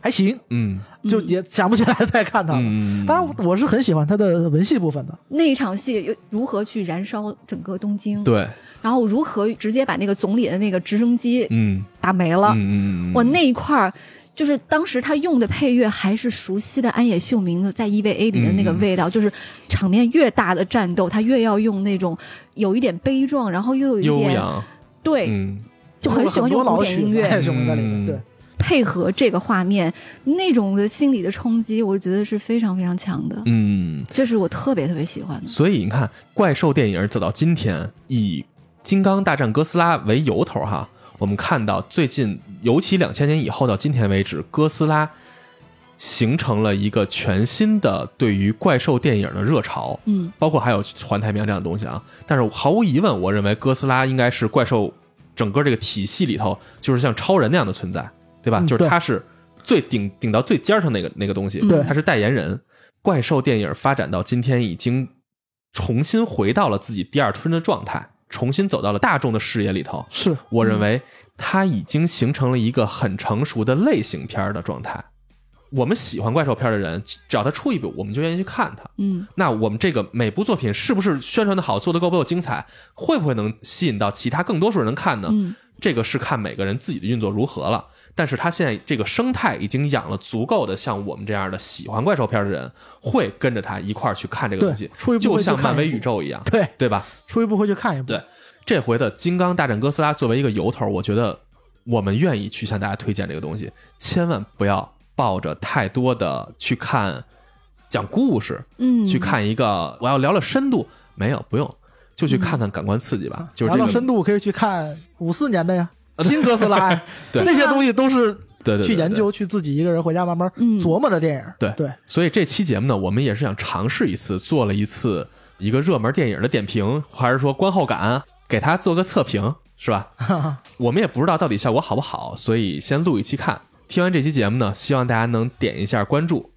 Speaker 4: 还行，
Speaker 2: 嗯
Speaker 4: 就
Speaker 3: 嗯
Speaker 4: 也想不起来再看它了。
Speaker 2: 嗯，
Speaker 4: 当然，我是很喜欢它的文戏部分的，
Speaker 3: 那一场戏又如何去燃烧整个东京？
Speaker 2: 对，
Speaker 3: 然后如何直接把那个总理的那个直升机
Speaker 2: 嗯，
Speaker 3: 打没了？
Speaker 2: 嗯嗯嗯，
Speaker 3: 我那一块儿，就是当时他用的配乐还是熟悉的安野秀明的在 EVA 里的那个味
Speaker 4: 嗯
Speaker 3: 道，就是场面越大的战斗，他越要用那种有一点悲壮，然后又有一
Speaker 2: 悠
Speaker 3: 点
Speaker 2: 扬，
Speaker 3: 对，
Speaker 2: 嗯，
Speaker 3: 就很喜欢用
Speaker 4: 多
Speaker 3: 古
Speaker 4: 老
Speaker 3: 典
Speaker 4: 曲
Speaker 3: 音
Speaker 4: 子，
Speaker 3: 乐
Speaker 4: 什么在里
Speaker 2: 嗯
Speaker 4: 面。对，
Speaker 3: 配合这个画面，那种的心理的冲击，我觉得是非常非常强的，
Speaker 2: 嗯，
Speaker 3: 这是我特别特别喜欢的。
Speaker 2: 所以你看，怪兽电影走到今天，以《金刚大战哥斯拉》为由头哈，我们看到最近，尤其两千年以后到今天为止，哥斯拉形成了一个全新的对于怪兽电影的热潮，
Speaker 3: 嗯，
Speaker 2: 包括还有环太平洋这样的东西啊。但是毫无疑问，我认为哥斯拉应该是怪兽整个这个体系里头，就是像超人那样的存在，对吧？
Speaker 4: 嗯
Speaker 2: 就是
Speaker 4: 对
Speaker 2: 它是最顶顶到最尖儿上那个那个东西，
Speaker 3: 对
Speaker 2: 它是代言人。怪兽电影发展到今天，已经重新回到了自己第二春的状态，重新走到了大众的视野里头。
Speaker 4: 是
Speaker 2: 我认
Speaker 4: 嗯
Speaker 2: 为它已经形成了一个很成熟的类型片儿的状态。我们喜欢怪兽片儿的人，只要他出一部，我们就愿意去看它。
Speaker 3: 嗯，
Speaker 2: 那我们这个每部作品是不是宣传的好，做的够不够精彩，会不会能吸引到其他更多数人看呢？
Speaker 3: 嗯
Speaker 2: 这个是看每个人自己的运作如何了。但是他现在这个生态已经养了足够的像我们这样的喜欢怪兽片的人，会跟着他一块儿去看这个
Speaker 4: 对
Speaker 2: 东西，
Speaker 4: 出一部
Speaker 2: 就
Speaker 4: 会去
Speaker 2: 像
Speaker 4: 看
Speaker 2: 漫
Speaker 4: 一
Speaker 2: 威
Speaker 4: 部
Speaker 2: 宇宙一样，
Speaker 4: 对，
Speaker 2: 对吧？
Speaker 4: 出一部会去看一部
Speaker 2: 对。这回的《金刚大战哥斯拉》作为一个由头，我觉得我们愿意去向大家推荐这个东西，千万不要抱着太多的去看讲故事，
Speaker 3: 嗯，
Speaker 2: 去看一个我要聊聊深度，没有不用，就去看看感官刺激吧，就是这
Speaker 4: 嗯
Speaker 2: 个
Speaker 4: 聊到啊深度可以去看五四年的呀，
Speaker 2: 啊 (laughs) 对
Speaker 4: 新哥斯拉呀，
Speaker 2: (laughs) 对
Speaker 4: 这些东西都是
Speaker 2: 对对对
Speaker 4: 去研。
Speaker 2: 对
Speaker 4: 究、去自己一个人回家慢慢
Speaker 3: 嗯
Speaker 4: 琢磨的电影。
Speaker 2: 对
Speaker 4: 对，
Speaker 2: 所以这期节目呢，我们也是想尝试一次，做了一次一个热门电影的点评，还是说观后感，给它做个测评，是吧？我们也不知道到底效果好不好，所以先录一期看。听完这期节目呢，希望大家能点一下关注，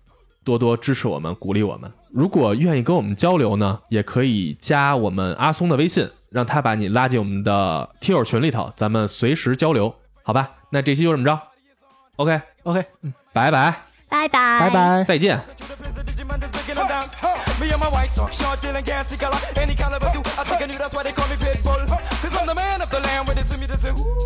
Speaker 2: 多多支持我们，鼓励我们。如果愿意跟我们交流呢，也可以加我们阿松的微信，让他把你拉进我们的听友群里头，咱们随时交流，好吧？那这期就这么着，OK，
Speaker 4: OK，嗯，
Speaker 2: 拜拜，
Speaker 3: 拜拜
Speaker 4: 拜拜。
Speaker 2: 再见。
Speaker 1: To the prison, Digimon just breaking them down. Me and my white talk, short, dealing gassy color. Any caliber, do I think I knew that's why they call me Pitbull. Cause I'm the man of the land with it to me, the two.